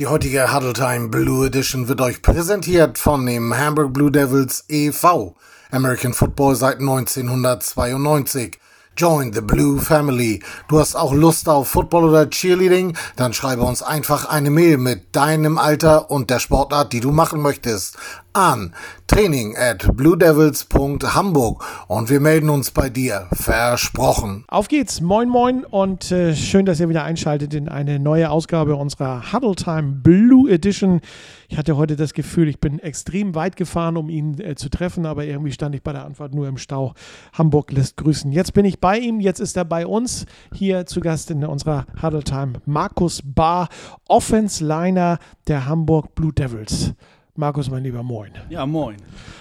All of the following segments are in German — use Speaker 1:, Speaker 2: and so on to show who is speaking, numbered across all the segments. Speaker 1: Die heutige Huddle Time Blue Edition wird euch präsentiert von dem Hamburg Blue Devils e.V. American Football seit 1992. Join the Blue Family. Du hast auch Lust auf Football oder Cheerleading? Dann schreibe uns einfach eine Mail mit deinem Alter und der Sportart, die du machen möchtest, an training at bluedevils.hamburg und wir melden uns bei dir. Versprochen.
Speaker 2: Auf geht's, moin moin und äh, schön, dass ihr wieder einschaltet in eine neue Ausgabe unserer Huddle Time Blue Edition. Ich hatte heute das Gefühl, ich bin extrem weit gefahren, um ihn äh, zu treffen, aber irgendwie stand ich bei der Antwort nur im Stau. Hamburg lässt grüßen. Jetzt bin ich bei ihm, jetzt ist er bei uns hier zu Gast in unserer Huddle Time. Markus Bar, Offense Liner der Hamburg Blue Devils. Markus, mein lieber Moin.
Speaker 3: Ja, moin.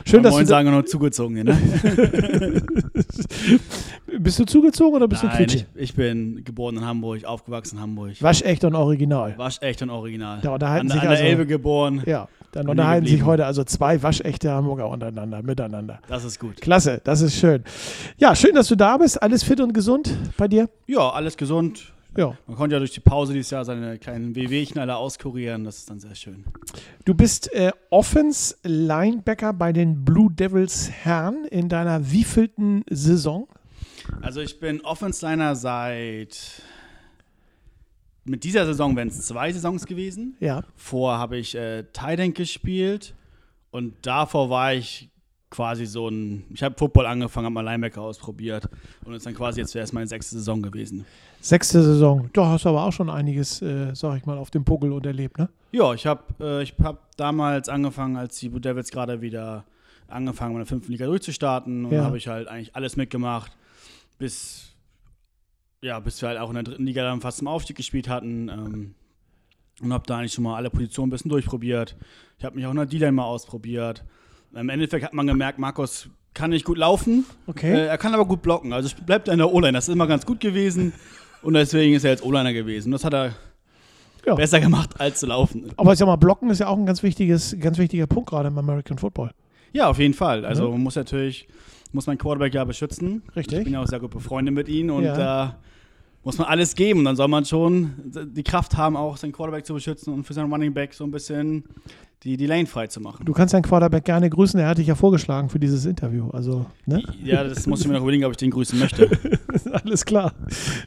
Speaker 2: Schön,
Speaker 3: ja,
Speaker 2: dass
Speaker 3: moin
Speaker 2: du da-
Speaker 3: sagen wir noch zugezogen hier, ne?
Speaker 2: Bist du zugezogen oder bist du
Speaker 3: Nein, ich,
Speaker 2: Klitsche?
Speaker 3: ich bin geboren in Hamburg, aufgewachsen in Hamburg.
Speaker 2: Waschecht und original.
Speaker 3: Wasch echt und original.
Speaker 2: Da
Speaker 3: an,
Speaker 2: unterhalten sich
Speaker 3: an
Speaker 2: also-
Speaker 3: der Elbe geboren.
Speaker 2: Ja, dann
Speaker 3: Nie
Speaker 2: unterhalten sich
Speaker 3: geblieben.
Speaker 2: heute also zwei waschechte Hamburger untereinander, miteinander.
Speaker 3: Das ist gut.
Speaker 2: Klasse, das ist schön. Ja, schön, dass du da bist. Alles fit und gesund bei dir?
Speaker 3: Ja, alles gesund.
Speaker 2: Ja.
Speaker 3: Man konnte ja durch die Pause dieses Jahr seine kleinen WWchen alle auskurieren. Das ist dann sehr schön.
Speaker 2: Du bist äh, Offense-Linebacker bei den Blue Devils Herren in deiner wievielten Saison?
Speaker 3: Also ich bin Offensliner seit mit dieser Saison wären es zwei Saisons gewesen.
Speaker 2: Ja.
Speaker 3: Vor habe ich äh, Tident gespielt und davor war ich quasi so ein. Ich habe Football angefangen, habe mal Linebacker ausprobiert und ist dann quasi jetzt wäre es meine sechste Saison gewesen.
Speaker 2: Sechste Saison. Du hast aber auch schon einiges, äh, sag ich mal, auf dem Buckel und erlebt, ne?
Speaker 3: Ja, ich habe äh, ich hab damals angefangen, als die Blue Devils gerade wieder angefangen, in der fünften Liga durchzustarten. Und
Speaker 2: Ja.
Speaker 3: ja. habe ich halt eigentlich alles mitgemacht, bis, ja, bis wir halt auch in der dritten Liga dann fast zum Aufstieg gespielt hatten. Ähm, und habe da eigentlich schon mal alle Positionen ein bisschen durchprobiert. Ich habe mich auch in der D-Line mal ausprobiert. Im Endeffekt hat man gemerkt, Markus kann nicht gut laufen.
Speaker 2: Okay.
Speaker 3: Äh, er kann aber gut blocken. Also bleibt er in der O-Line. Das ist immer ganz gut gewesen. Und deswegen ist er jetzt O-Liner gewesen. Das hat er
Speaker 2: Ja.
Speaker 3: besser gemacht als zu laufen.
Speaker 2: Aber ich sag mal, Blocken ist ja auch ein ganz, wichtiges, ganz wichtiger Punkt gerade im American Football.
Speaker 3: Ja, auf jeden Fall. Also man muss natürlich, muss mein Quarterback ja beschützen.
Speaker 2: Mhm. Richtig.
Speaker 3: Ich bin ja auch sehr gut befreundet mit ihm und
Speaker 2: Ja.
Speaker 3: da muss man alles geben. Dann soll man schon die Kraft haben, auch seinen Quarterback zu beschützen und für seinen Running Back so ein bisschen die, die Lane frei zu machen.
Speaker 2: Du kannst deinen Quarterback gerne grüßen, er hat dich ja vorgeschlagen für dieses Interview. Also, ne?
Speaker 3: Ja, das muss ich mir noch überlegen, ob ich den grüßen möchte.
Speaker 2: Alles klar.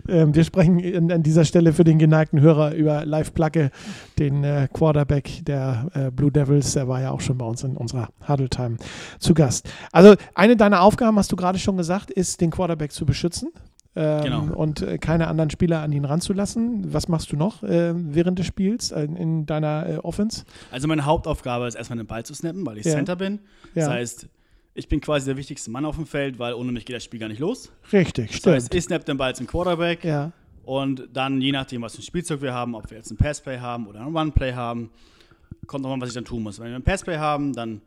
Speaker 2: Ähm, wir sprechen in, an dieser Stelle für den geneigten Hörer über Live Placke, den äh, Quarterback der äh, Blue Devils. Der war ja auch schon bei uns in unserer Huddle Time zu Gast. Also eine deiner Aufgaben, hast du gerade schon gesagt, ist, den Quarterback zu beschützen. Ähm,
Speaker 3: Genau.
Speaker 2: Und äh, keine anderen Spieler an ihn ranzulassen. Was machst du noch äh, während des Spiels äh, in deiner äh, Offense?
Speaker 3: Also meine Hauptaufgabe ist erstmal den Ball zu snappen, weil ich
Speaker 2: Ja.
Speaker 3: Center bin.
Speaker 2: Ja.
Speaker 3: Das heißt, ich bin quasi der wichtigste Mann auf dem Feld, weil ohne mich geht das Spiel gar nicht los.
Speaker 2: Richtig,
Speaker 3: Das
Speaker 2: stimmt.
Speaker 3: heißt, ich snap den Ball zum Quarterback.
Speaker 2: ja.
Speaker 3: Und dann, je nachdem, was für ein Spielzeug wir haben, ob wir jetzt ein Passplay haben oder ein Runplay haben, kommt nochmal, was ich dann tun muss. Wenn wir ein Passplay haben, dann,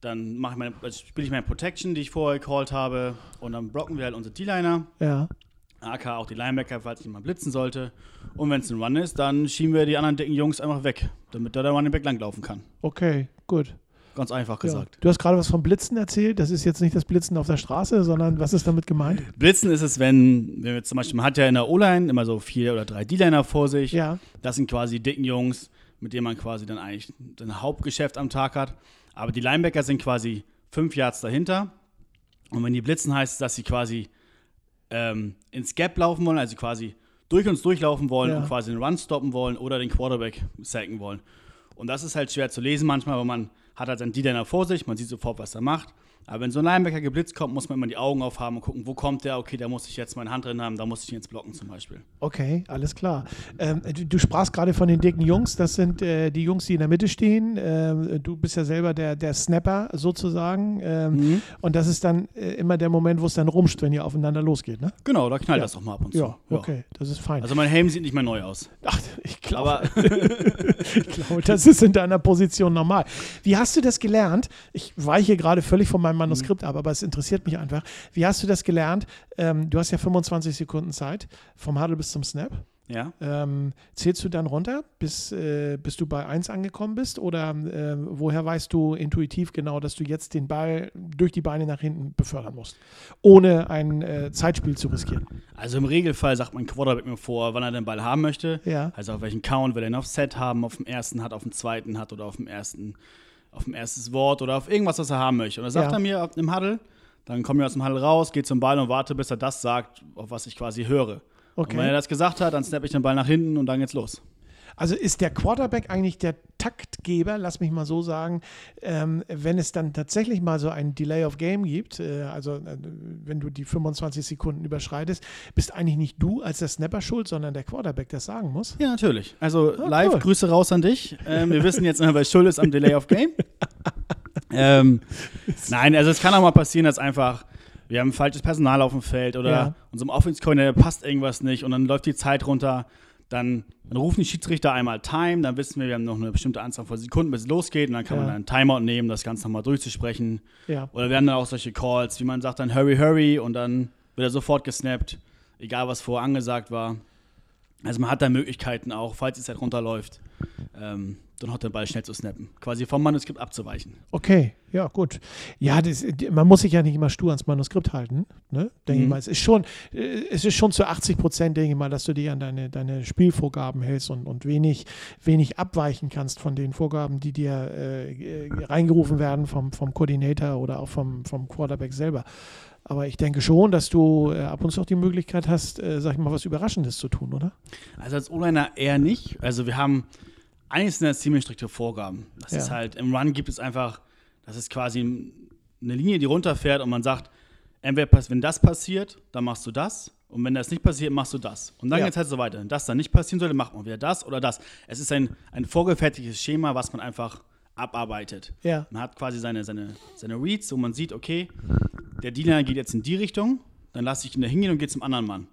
Speaker 3: dann, mache ich meine, also spiele ich meine Protection, die ich vorher gecallt habe, und dann blocken wir halt unsere D-Liner,
Speaker 2: ja.
Speaker 3: AK auch die Linebacker, falls ich mal blitzen sollte. Und wenn es ein Run ist, dann schieben wir die anderen dicken Jungs einfach weg, damit da der Running Back langlaufen kann.
Speaker 2: Okay, gut.
Speaker 3: Ganz einfach
Speaker 2: Ja.
Speaker 3: gesagt.
Speaker 2: Du hast gerade was vom Blitzen erzählt. Das ist jetzt nicht das Blitzen auf der Straße, sondern was ist damit gemeint?
Speaker 3: Blitzen ist es, wenn, wenn wir zum Beispiel, man hat ja in der O-Line immer so vier oder drei D-Liner vor sich.
Speaker 2: Ja.
Speaker 3: Das sind quasi die dicken Jungs, mit denen man quasi dann eigentlich sein Hauptgeschäft am Tag hat. Aber die Linebacker sind quasi fünf Yards dahinter. Und wenn die blitzen, heißt es, dass sie quasi ähm, ins Gap laufen wollen, also quasi durch uns durchlaufen wollen
Speaker 2: Ja.
Speaker 3: und quasi den Run stoppen wollen oder den Quarterback sacken wollen. Und das ist halt schwer zu lesen manchmal, weil man hat halt seinen D-Liner vor sich, man sieht sofort, was er macht. Aber wenn so ein Linebacker geblitzt kommt, muss man immer die Augen aufhaben und gucken, wo kommt der? Okay, da muss ich jetzt meine Hand drin haben, da muss ich ihn jetzt blocken zum Beispiel.
Speaker 2: Okay, alles klar. Ähm, du, du sprachst gerade von den dicken Jungs. Das sind äh, die Jungs, die in der Mitte stehen. Ähm, du bist ja selber der, der Snapper sozusagen. Ähm,
Speaker 3: Mhm.
Speaker 2: Und das ist dann äh, immer der Moment, wo es dann rumscht, wenn ihr aufeinander losgeht, ne?
Speaker 3: Genau, da knallt das auch mal ab und zu.
Speaker 2: Ja, okay, das ist fein.
Speaker 3: Also mein Helm sieht nicht mehr neu aus.
Speaker 2: Ach, ich glaube,
Speaker 3: Aber
Speaker 2: glaube, das ist in deiner Position normal. Wie hast du das gelernt? Ich weiche gerade völlig von meinem Manuskript ab, aber es interessiert mich einfach. Wie hast du das gelernt? Ähm, du hast ja 25 Sekunden Zeit vom Huddle bis zum Snap.
Speaker 3: Ja.
Speaker 2: Ähm, zählst du dann runter, bis, äh, bis du bei 1 angekommen bist? Oder äh, woher weißt du intuitiv genau, dass du jetzt den Ball durch die Beine nach hinten befördern musst, ohne ein äh, Zeitspiel zu riskieren?
Speaker 3: Also im Regelfall sagt mein Quarterback mir vor, wann er den Ball haben möchte.
Speaker 2: Ja.
Speaker 3: Also auf welchen Count will er ihn auf Set haben, auf dem ersten hat, auf dem zweiten hat oder auf dem ersten, auf dem erstes Wort oder auf irgendwas, was er haben möchte. Und dann sagt
Speaker 2: Ja.
Speaker 3: er mir im Huddle, dann komme ich aus dem Huddle raus, gehe zum Ball und warte, bis er das sagt, auf was ich quasi höre.
Speaker 2: Okay.
Speaker 3: Und wenn er das gesagt hat, dann snap ich den Ball nach hinten und dann geht's los.
Speaker 2: Also ist der Quarterback eigentlich der Taktgeber, lass mich mal so sagen, ähm, wenn es dann tatsächlich mal so ein Delay of Game gibt, äh, also äh, wenn du die 25 Sekunden überschreitest, bist eigentlich nicht du als der Snapper schuld, sondern der Quarterback, der das sagen muss.
Speaker 3: Ja, natürlich. Also
Speaker 2: Ah,
Speaker 3: live,
Speaker 2: cool.
Speaker 3: Grüße raus an dich. Ähm, wir wissen jetzt immer, wer schuld ist am Delay of Game. ähm, nein, also es kann auch mal passieren, dass einfach wir haben falsches Personal auf dem Feld oder
Speaker 2: Ja.
Speaker 3: unserem offense coordinator passt irgendwas nicht und dann läuft die Zeit runter. Dann, dann rufen die Schiedsrichter einmal Time, dann wissen wir, wir haben noch eine bestimmte Anzahl von Sekunden, bis es losgeht und dann kann
Speaker 2: Ja.
Speaker 3: man einen Timeout nehmen, das Ganze nochmal durchzusprechen.
Speaker 2: Ja.
Speaker 3: Oder wir haben dann auch solche Calls, wie man sagt dann Hurry, Hurry und dann wird er sofort gesnappt, egal was vorher angesagt war. Also man hat da Möglichkeiten auch, falls die Zeit runterläuft, ähm, dann hat den Ball schnell zu snappen. Quasi vom Manuskript abzuweichen.
Speaker 2: Okay, ja, gut. Ja, das, man muss sich ja nicht immer stur ans Manuskript halten, ne? denke ich
Speaker 3: Mhm.
Speaker 2: mal. Es ist schon, äh, es ist schon zu 80 Prozent, denke ich mal, dass du dir an deine, deine Spielvorgaben hältst und, und wenig, wenig abweichen kannst von den Vorgaben, die dir äh, äh, reingerufen werden vom, vom Koordinator oder auch vom, vom Quarterback selber. Aber ich denke schon, dass du äh, ab und zu auch die Möglichkeit hast, äh, sag ich mal, was Überraschendes zu tun, oder?
Speaker 3: Also als O-Liner eher nicht. Also wir haben, eigentlich sind das ziemlich strikte Vorgaben. Das
Speaker 2: Ja.
Speaker 3: ist halt, im Run gibt es einfach, das ist quasi eine Linie, die runterfährt und man sagt, entweder pass- wenn das passiert, dann machst du das. Und wenn das nicht passiert, machst du das. Und dann
Speaker 2: Ja.
Speaker 3: geht es halt so weiter. Wenn das dann nicht passieren sollte, macht man wieder das oder das. Es ist ein, ein vorgefertigtes Schema, was man einfach abarbeitet.
Speaker 2: Ja.
Speaker 3: Man hat quasi seine, seine, seine Reads, wo man sieht, okay, der Dealer geht jetzt in die Richtung, dann lasse ich ihn da hingehen und gehe zum anderen Mann.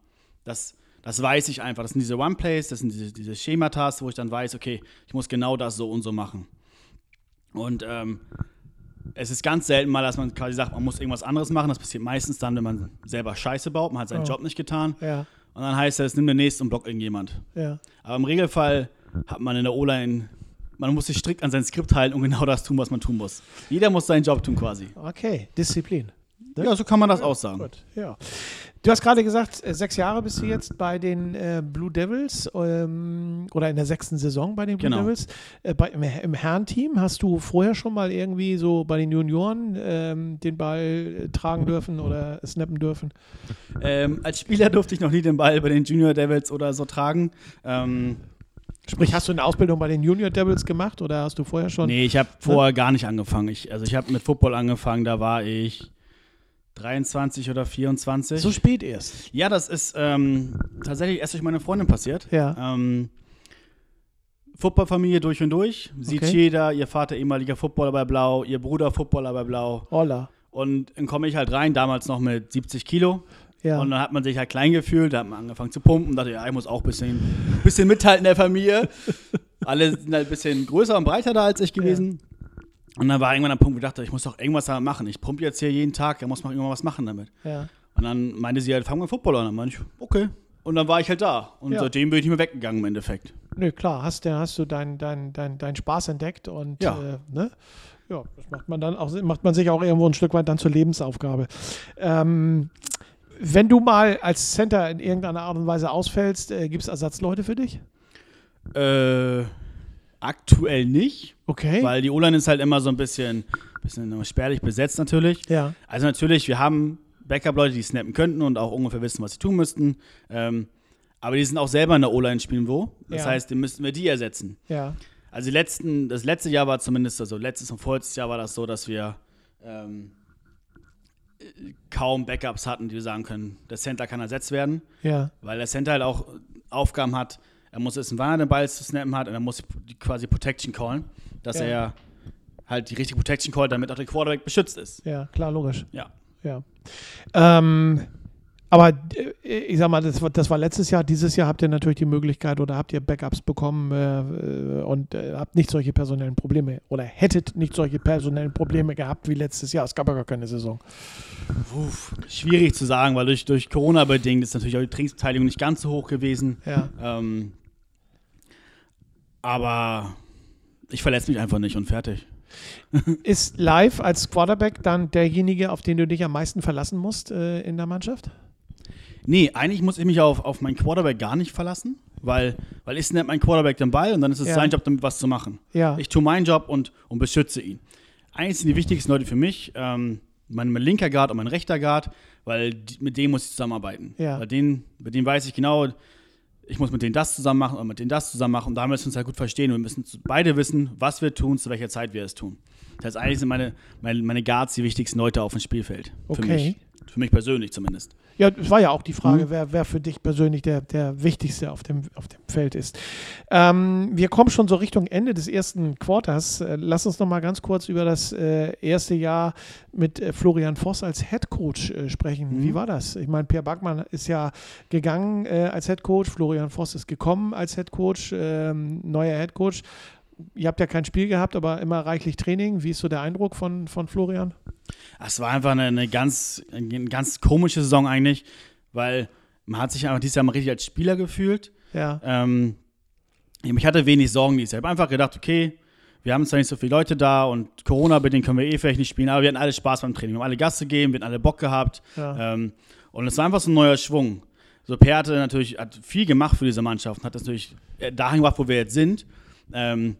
Speaker 3: Das, das weiß ich einfach. Das sind diese One-Plays, das sind diese, diese Schemata, wo ich dann weiß, okay, ich muss genau das so und so machen. Und ähm, es ist ganz selten mal, dass man quasi sagt, man muss irgendwas anderes machen. Das passiert meistens dann, wenn man selber Scheiße baut, man hat seinen
Speaker 2: Oh.
Speaker 3: Job nicht getan.
Speaker 2: Ja,
Speaker 3: Und dann heißt es, nimm den nächsten und block irgendjemand.
Speaker 2: ja.
Speaker 3: Aber im Regelfall hat man in der O-Line, man muss sich strikt an sein Skript halten und genau das tun, was man tun muss. Jeder muss seinen Job tun quasi.
Speaker 2: Okay, Disziplin.
Speaker 3: Ja, so kann man das auch sagen.
Speaker 2: Gut, ja. Du hast gerade gesagt, äh, sechs Jahre bist du jetzt bei den äh, Blue Devils ähm, oder in der sechsten Saison bei den Blue
Speaker 3: Genau.
Speaker 2: Devils. Äh, bei, im, Im Herrenteam hast du vorher schon mal irgendwie so bei den Junioren ähm, den Ball äh, tragen dürfen oder snappen dürfen.
Speaker 3: Ähm, als Spieler durfte ich noch nie den Ball bei den Junior Devils oder so tragen. Ähm,
Speaker 2: Sprich, hast du eine Ausbildung bei den Junior Devils gemacht oder hast du vorher schon?
Speaker 3: nee, ich habe vorher gar nicht angefangen. Ich, also ich habe mit Football angefangen, da war ich 23 oder 24.
Speaker 2: So spät erst.
Speaker 3: Ja, das ist ähm, tatsächlich erst durch meine Freundin passiert.
Speaker 2: Ja.
Speaker 3: Ähm, Footballfamilie durch und durch. Sieht
Speaker 2: Okay.
Speaker 3: jeder, ihr Vater ehemaliger Footballer bei Blau, ihr Bruder Footballer bei Blau.
Speaker 2: Holla.
Speaker 3: Und dann komme ich halt rein, damals noch mit 70 Kilo.
Speaker 2: Ja.
Speaker 3: Und dann hat man sich halt klein gefühlt, da hat man angefangen zu pumpen, dachte, ja, ich muss auch ein bisschen, bisschen mithalten der Familie. Alle sind halt ein bisschen größer und breiter da als ich gewesen. Und dann war irgendwann der Punkt, wo ich dachte, ich muss doch irgendwas damit machen. Ich pumpe jetzt hier jeden Tag, da muss man irgendwann was machen damit.
Speaker 2: ja.
Speaker 3: Und dann meinte sie halt, fang mal Football an. Dann meinte ich, okay. Und dann war ich halt da. Und
Speaker 2: Ja.
Speaker 3: seitdem bin ich nicht mehr weggegangen im Endeffekt.
Speaker 2: Nö, klar, hast, du- hast du deinen dein, dein, dein Spaß entdeckt und
Speaker 3: Ja.
Speaker 2: äh, ne? ja, das macht man dann auch, macht man sich auch irgendwo ein Stück weit dann zur Lebensaufgabe. Ähm, wenn du mal als Center in irgendeiner Art und Weise ausfällst, äh, gibt es Ersatzleute für dich?
Speaker 3: Äh, aktuell nicht,
Speaker 2: Okay.
Speaker 3: weil die O-Line ist halt immer so ein bisschen, bisschen spärlich besetzt natürlich.
Speaker 2: ja,
Speaker 3: Also natürlich, wir haben Backup-Leute, die snappen könnten und auch ungefähr wissen, was sie tun müssten. Ähm, aber die sind auch selber in der O-Line spielen wo. Das
Speaker 2: Ja.
Speaker 3: heißt, die müssten wir die ersetzen.
Speaker 2: ja,
Speaker 3: Also die letzten, das letzte Jahr war zumindest, also letztes und vorletztes Jahr war das so, dass wir ähm, äh, kaum Backups hatten, die wir sagen können, der Center kann ersetzt werden,
Speaker 2: ja,
Speaker 3: weil der Center halt auch Aufgaben hat, er muss wissen, wann er den Ball zu snappen hat und er muss die quasi Protection callen, dass
Speaker 2: Ja.
Speaker 3: er halt die richtige Protection callt, damit auch der Quarterback beschützt ist.
Speaker 2: ja, klar, logisch.
Speaker 3: Ja.
Speaker 2: Ja. Ähm, Aber äh, ich sag mal, das, war- das war letztes Jahr. Dieses Jahr habt ihr natürlich die Möglichkeit oder habt ihr Backups bekommen äh, äh, und äh, habt nicht solche personellen Probleme oder hättet nicht solche personellen Probleme gehabt wie letztes Jahr. Es gab ja gar keine Saison.
Speaker 3: Uff, schwierig zu sagen, weil durch, durch Corona bedingt ist natürlich auch die Trainingsbeteiligung nicht ganz so hoch gewesen.
Speaker 2: Ja.
Speaker 3: Ähm, aber ich verletze mich einfach nicht und fertig.
Speaker 2: Ist live als Quarterback dann derjenige, auf den du dich am meisten verlassen musst äh, in der Mannschaft?
Speaker 3: Nee, eigentlich muss ich mich auf, auf meinen Quarterback gar nicht verlassen, weil, weil ich snap meinen Quarterback den Ball und dann ist es
Speaker 2: Ja.
Speaker 3: sein Job, damit was zu machen.
Speaker 2: Ja.
Speaker 3: Ich tue meinen Job und, und beschütze ihn. Eigentlich sind die wichtigsten Leute für mich ähm, mein, mein linker Guard und mein rechter Guard, weil die, mit denen muss ich zusammenarbeiten.
Speaker 2: Ja.
Speaker 3: Bei denen, mit denen weiß ich genau, ich muss mit denen das zusammen machen und mit denen das zusammen machen. Und da müssen wir uns halt gut verstehen und wir müssen zu- beide wissen, was wir tun, zu welcher Zeit wir es tun. Das heißt, eigentlich sind meine, meine, meine Guards die wichtigsten Leute auf dem Spielfeld. Für
Speaker 2: Okay.
Speaker 3: mich. Für mich persönlich zumindest.
Speaker 2: Ja, es war ja auch die Frage, wer, wer für dich persönlich der, der Wichtigste auf dem, auf dem Feld ist. Ähm, wir kommen schon so Richtung Ende des ersten Quarters. Äh, Lass uns noch mal ganz kurz über das äh, erste Jahr mit äh, Florian Voss als Head Coach äh, sprechen. Wie war das? Ich meine, Pierre Backmann ist ja gegangen äh, als Head Coach, Florian Voss ist gekommen als Head Coach, ähm, neuer Head Coach. Ihr habt ja kein Spiel gehabt, aber immer reichlich Training. Wie ist so der Eindruck von, von Florian?
Speaker 3: Es war einfach eine, eine, ganz, eine ganz komische Saison eigentlich, weil man hat sich einfach dieses Jahr mal richtig als Spieler gefühlt.
Speaker 2: Ja,
Speaker 3: Ähm, ich hatte wenig Sorgen dieses Jahr. Ich habe einfach gedacht, okay, wir haben zwar nicht so viele Leute da und Corona-bedingt können wir eh vielleicht nicht spielen, aber wir hatten alle Spaß beim Training. Wir haben alle Gas gegeben, wir hatten alle Bock gehabt.
Speaker 2: Ja.
Speaker 3: Ähm, und es war einfach so ein neuer Schwung. So, Per hatte natürlich hat viel gemacht für diese Mannschaft und hat das natürlich äh, dahin gebracht, wo wir jetzt sind. Ähm,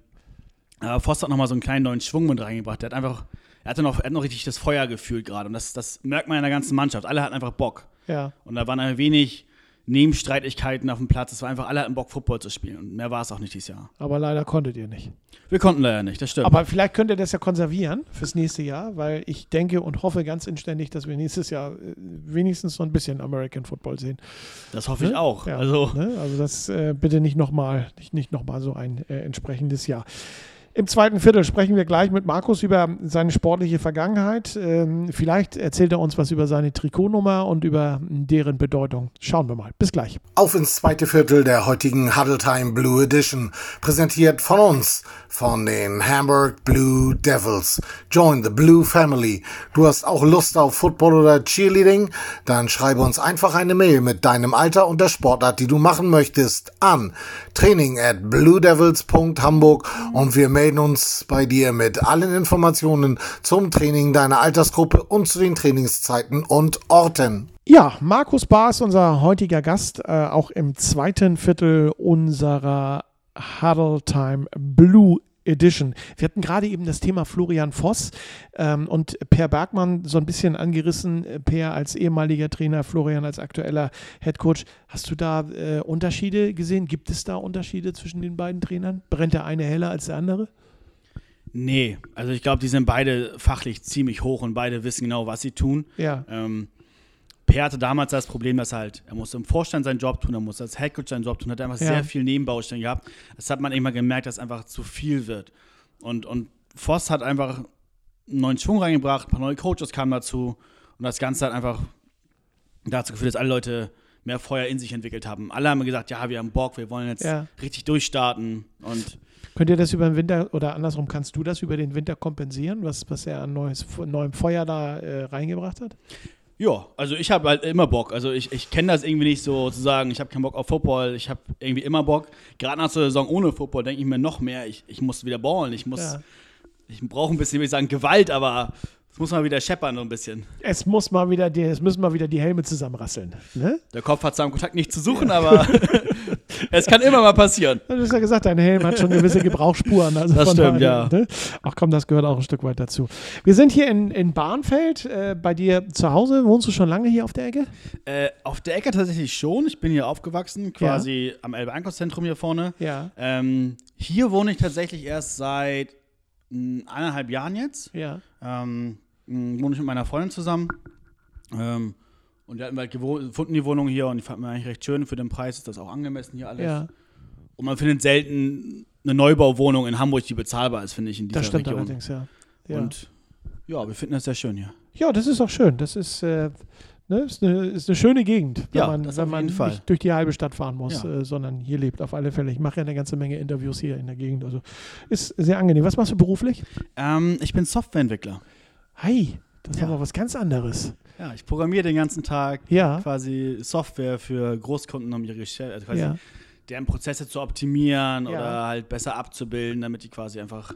Speaker 3: aber Voss hat nochmal so einen kleinen neuen Schwung mit reingebracht. Der hat einfach, er hatte noch, er hat noch richtig das Feuer gefühlt gerade. Und das, das merkt man in der ganzen Mannschaft. Alle hatten einfach Bock.
Speaker 2: ja.
Speaker 3: Und da waren ein wenig Nebenstreitigkeiten auf dem Platz. Es war einfach, alle hatten Bock, Football zu spielen. Und mehr war es auch nicht dieses Jahr.
Speaker 2: Aber leider konntet ihr nicht.
Speaker 3: Wir konnten leider nicht, das stimmt.
Speaker 2: Aber vielleicht könnt ihr das ja konservieren fürs nächste Jahr, weil ich denke und hoffe ganz inständig, dass wir nächstes Jahr äh, wenigstens so ein bisschen American Football sehen.
Speaker 3: das hoffe ich
Speaker 2: Ne?
Speaker 3: auch.
Speaker 2: Ja,
Speaker 3: also,
Speaker 2: ne? also das äh, bitte nicht nochmal nicht, nicht noch mal so ein äh, entsprechendes Jahr. Im zweiten Viertel sprechen wir gleich mit Markus über seine sportliche Vergangenheit. Ähm, vielleicht erzählt er uns was über seine Trikotnummer und über deren Bedeutung. Schauen wir mal. Bis gleich.
Speaker 1: Auf ins zweite Viertel der heutigen Huddle Time Blue Edition, präsentiert von uns, von den Hamburg Blue Devils. Join the Blue Family. Du hast auch Lust auf Football oder Cheerleading? Dann schreibe uns einfach eine Mail mit deinem Alter und der Sportart, die du machen möchtest, an training at bluedevils.hamburg und wir melden uns bei dir mit allen Informationen zum Training deiner Altersgruppe und zu den Trainingszeiten und Orten.
Speaker 2: Ja, Markus Bahr ist unser heutiger Gast, äh, auch im zweiten Viertel unserer Huddle Time Blue Edition. Wir hatten gerade eben das Thema Florian Voss ähm, und Per Bergmann so ein bisschen angerissen. Äh, Per als ehemaliger Trainer, Florian als aktueller Head Coach. Hast du da äh, Unterschiede gesehen? Gibt es da Unterschiede zwischen den beiden Trainern? Brennt der eine heller als der andere?
Speaker 3: nee. Also, ich glaube, die sind beide fachlich ziemlich hoch und beide wissen genau, was sie tun.
Speaker 2: Ja,
Speaker 3: Ähm, Per hatte damals das Problem, dass halt, er musste im Vorstand seinen Job tun, er musste als Headcoach seinen Job tun, hat einfach
Speaker 2: Ja.
Speaker 3: sehr viel Nebenbaustellen gehabt. Das hat man immer gemerkt, dass einfach zu viel wird. Und, und Voss hat einfach einen neuen Schwung reingebracht, ein paar neue Coaches kamen dazu und das Ganze hat einfach dazu geführt, dass alle Leute mehr Feuer in sich entwickelt haben. Alle haben gesagt, ja, wir haben Bock, wir wollen jetzt
Speaker 2: Ja.
Speaker 3: richtig durchstarten und
Speaker 2: Könnt ihr das über den Winter oder andersrum, kannst du das über den Winter kompensieren, was, was er an neues, neuem Feuer da äh, reingebracht hat?
Speaker 3: Ja, also ich habe halt immer Bock. Also ich, ich kenne das irgendwie nicht so zu sagen, ich habe keinen Bock auf Football, ich habe irgendwie immer Bock. Gerade nach so einer Saison ohne Football denke ich mir noch mehr, ich, ich muss wieder ballen, ich muss,
Speaker 2: Ja.
Speaker 3: ich brauche ein bisschen, würde ich sagen, Gewalt, aber es muss mal wieder scheppern so ein bisschen.
Speaker 2: Es muss mal wieder die, es müssen mal wieder die Helme zusammenrasseln. Ne?
Speaker 3: Der Kopf hat zwar im Kontakt nicht zu suchen, aber es kann immer mal passieren.
Speaker 2: Du hast ja gesagt, dein Helm hat schon gewisse Gebrauchsspuren. Also
Speaker 3: Das
Speaker 2: von
Speaker 3: stimmt,
Speaker 2: daher,
Speaker 3: ja.
Speaker 2: Ne? Ach komm, das gehört auch ein Stück weit dazu. Wir sind hier in, in Barnfeld, äh, bei dir zu Hause. Wohnst du schon lange hier auf der Ecke?
Speaker 3: Äh, auf der Ecke tatsächlich schon. Ich bin hier aufgewachsen, quasi am Elbe Einkaufszentrum hier vorne.
Speaker 2: Ja.
Speaker 3: Ähm, hier wohne ich tatsächlich erst seit mh, eineinhalb Jahren jetzt.
Speaker 2: Ja.
Speaker 3: Ähm, mh, wohne ich mit meiner Freundin zusammen. Ähm, und wir hatten halt gewo- gefunden die Wohnung hier und die fanden wir eigentlich recht schön. Für den Preis ist das auch angemessen hier alles.
Speaker 2: Ja,
Speaker 3: Und man findet selten eine Neubauwohnung in Hamburg, die bezahlbar ist, finde ich, in dieser
Speaker 2: das stimmt
Speaker 3: Region.
Speaker 2: allerdings, ja. ja.
Speaker 3: Und ja, wir finden das sehr schön hier.
Speaker 2: Ja, das ist auch schön. Das ist äh, Ne? Ist, eine, ist eine schöne Gegend, wenn
Speaker 3: Ja,
Speaker 2: man,
Speaker 3: das
Speaker 2: wenn
Speaker 3: auf
Speaker 2: man
Speaker 3: jeden Fall.
Speaker 2: nicht durch die halbe Stadt fahren muss,
Speaker 3: Ja.
Speaker 2: äh, sondern hier lebt auf alle Fälle. Ich mache ja eine ganze Menge Interviews hier in der Gegend. Also ist sehr angenehm. Was machst du beruflich?
Speaker 3: Ähm, ich bin Softwareentwickler.
Speaker 2: Hi, das ist
Speaker 3: Ja.
Speaker 2: aber was ganz anderes.
Speaker 3: Ja, ich programmiere den ganzen Tag
Speaker 2: Ja.
Speaker 3: quasi Software für Großkunden, um ihre Geschäfte, also quasi
Speaker 2: Ja.
Speaker 3: deren Prozesse zu optimieren
Speaker 2: Ja.
Speaker 3: oder halt besser abzubilden, damit die quasi einfach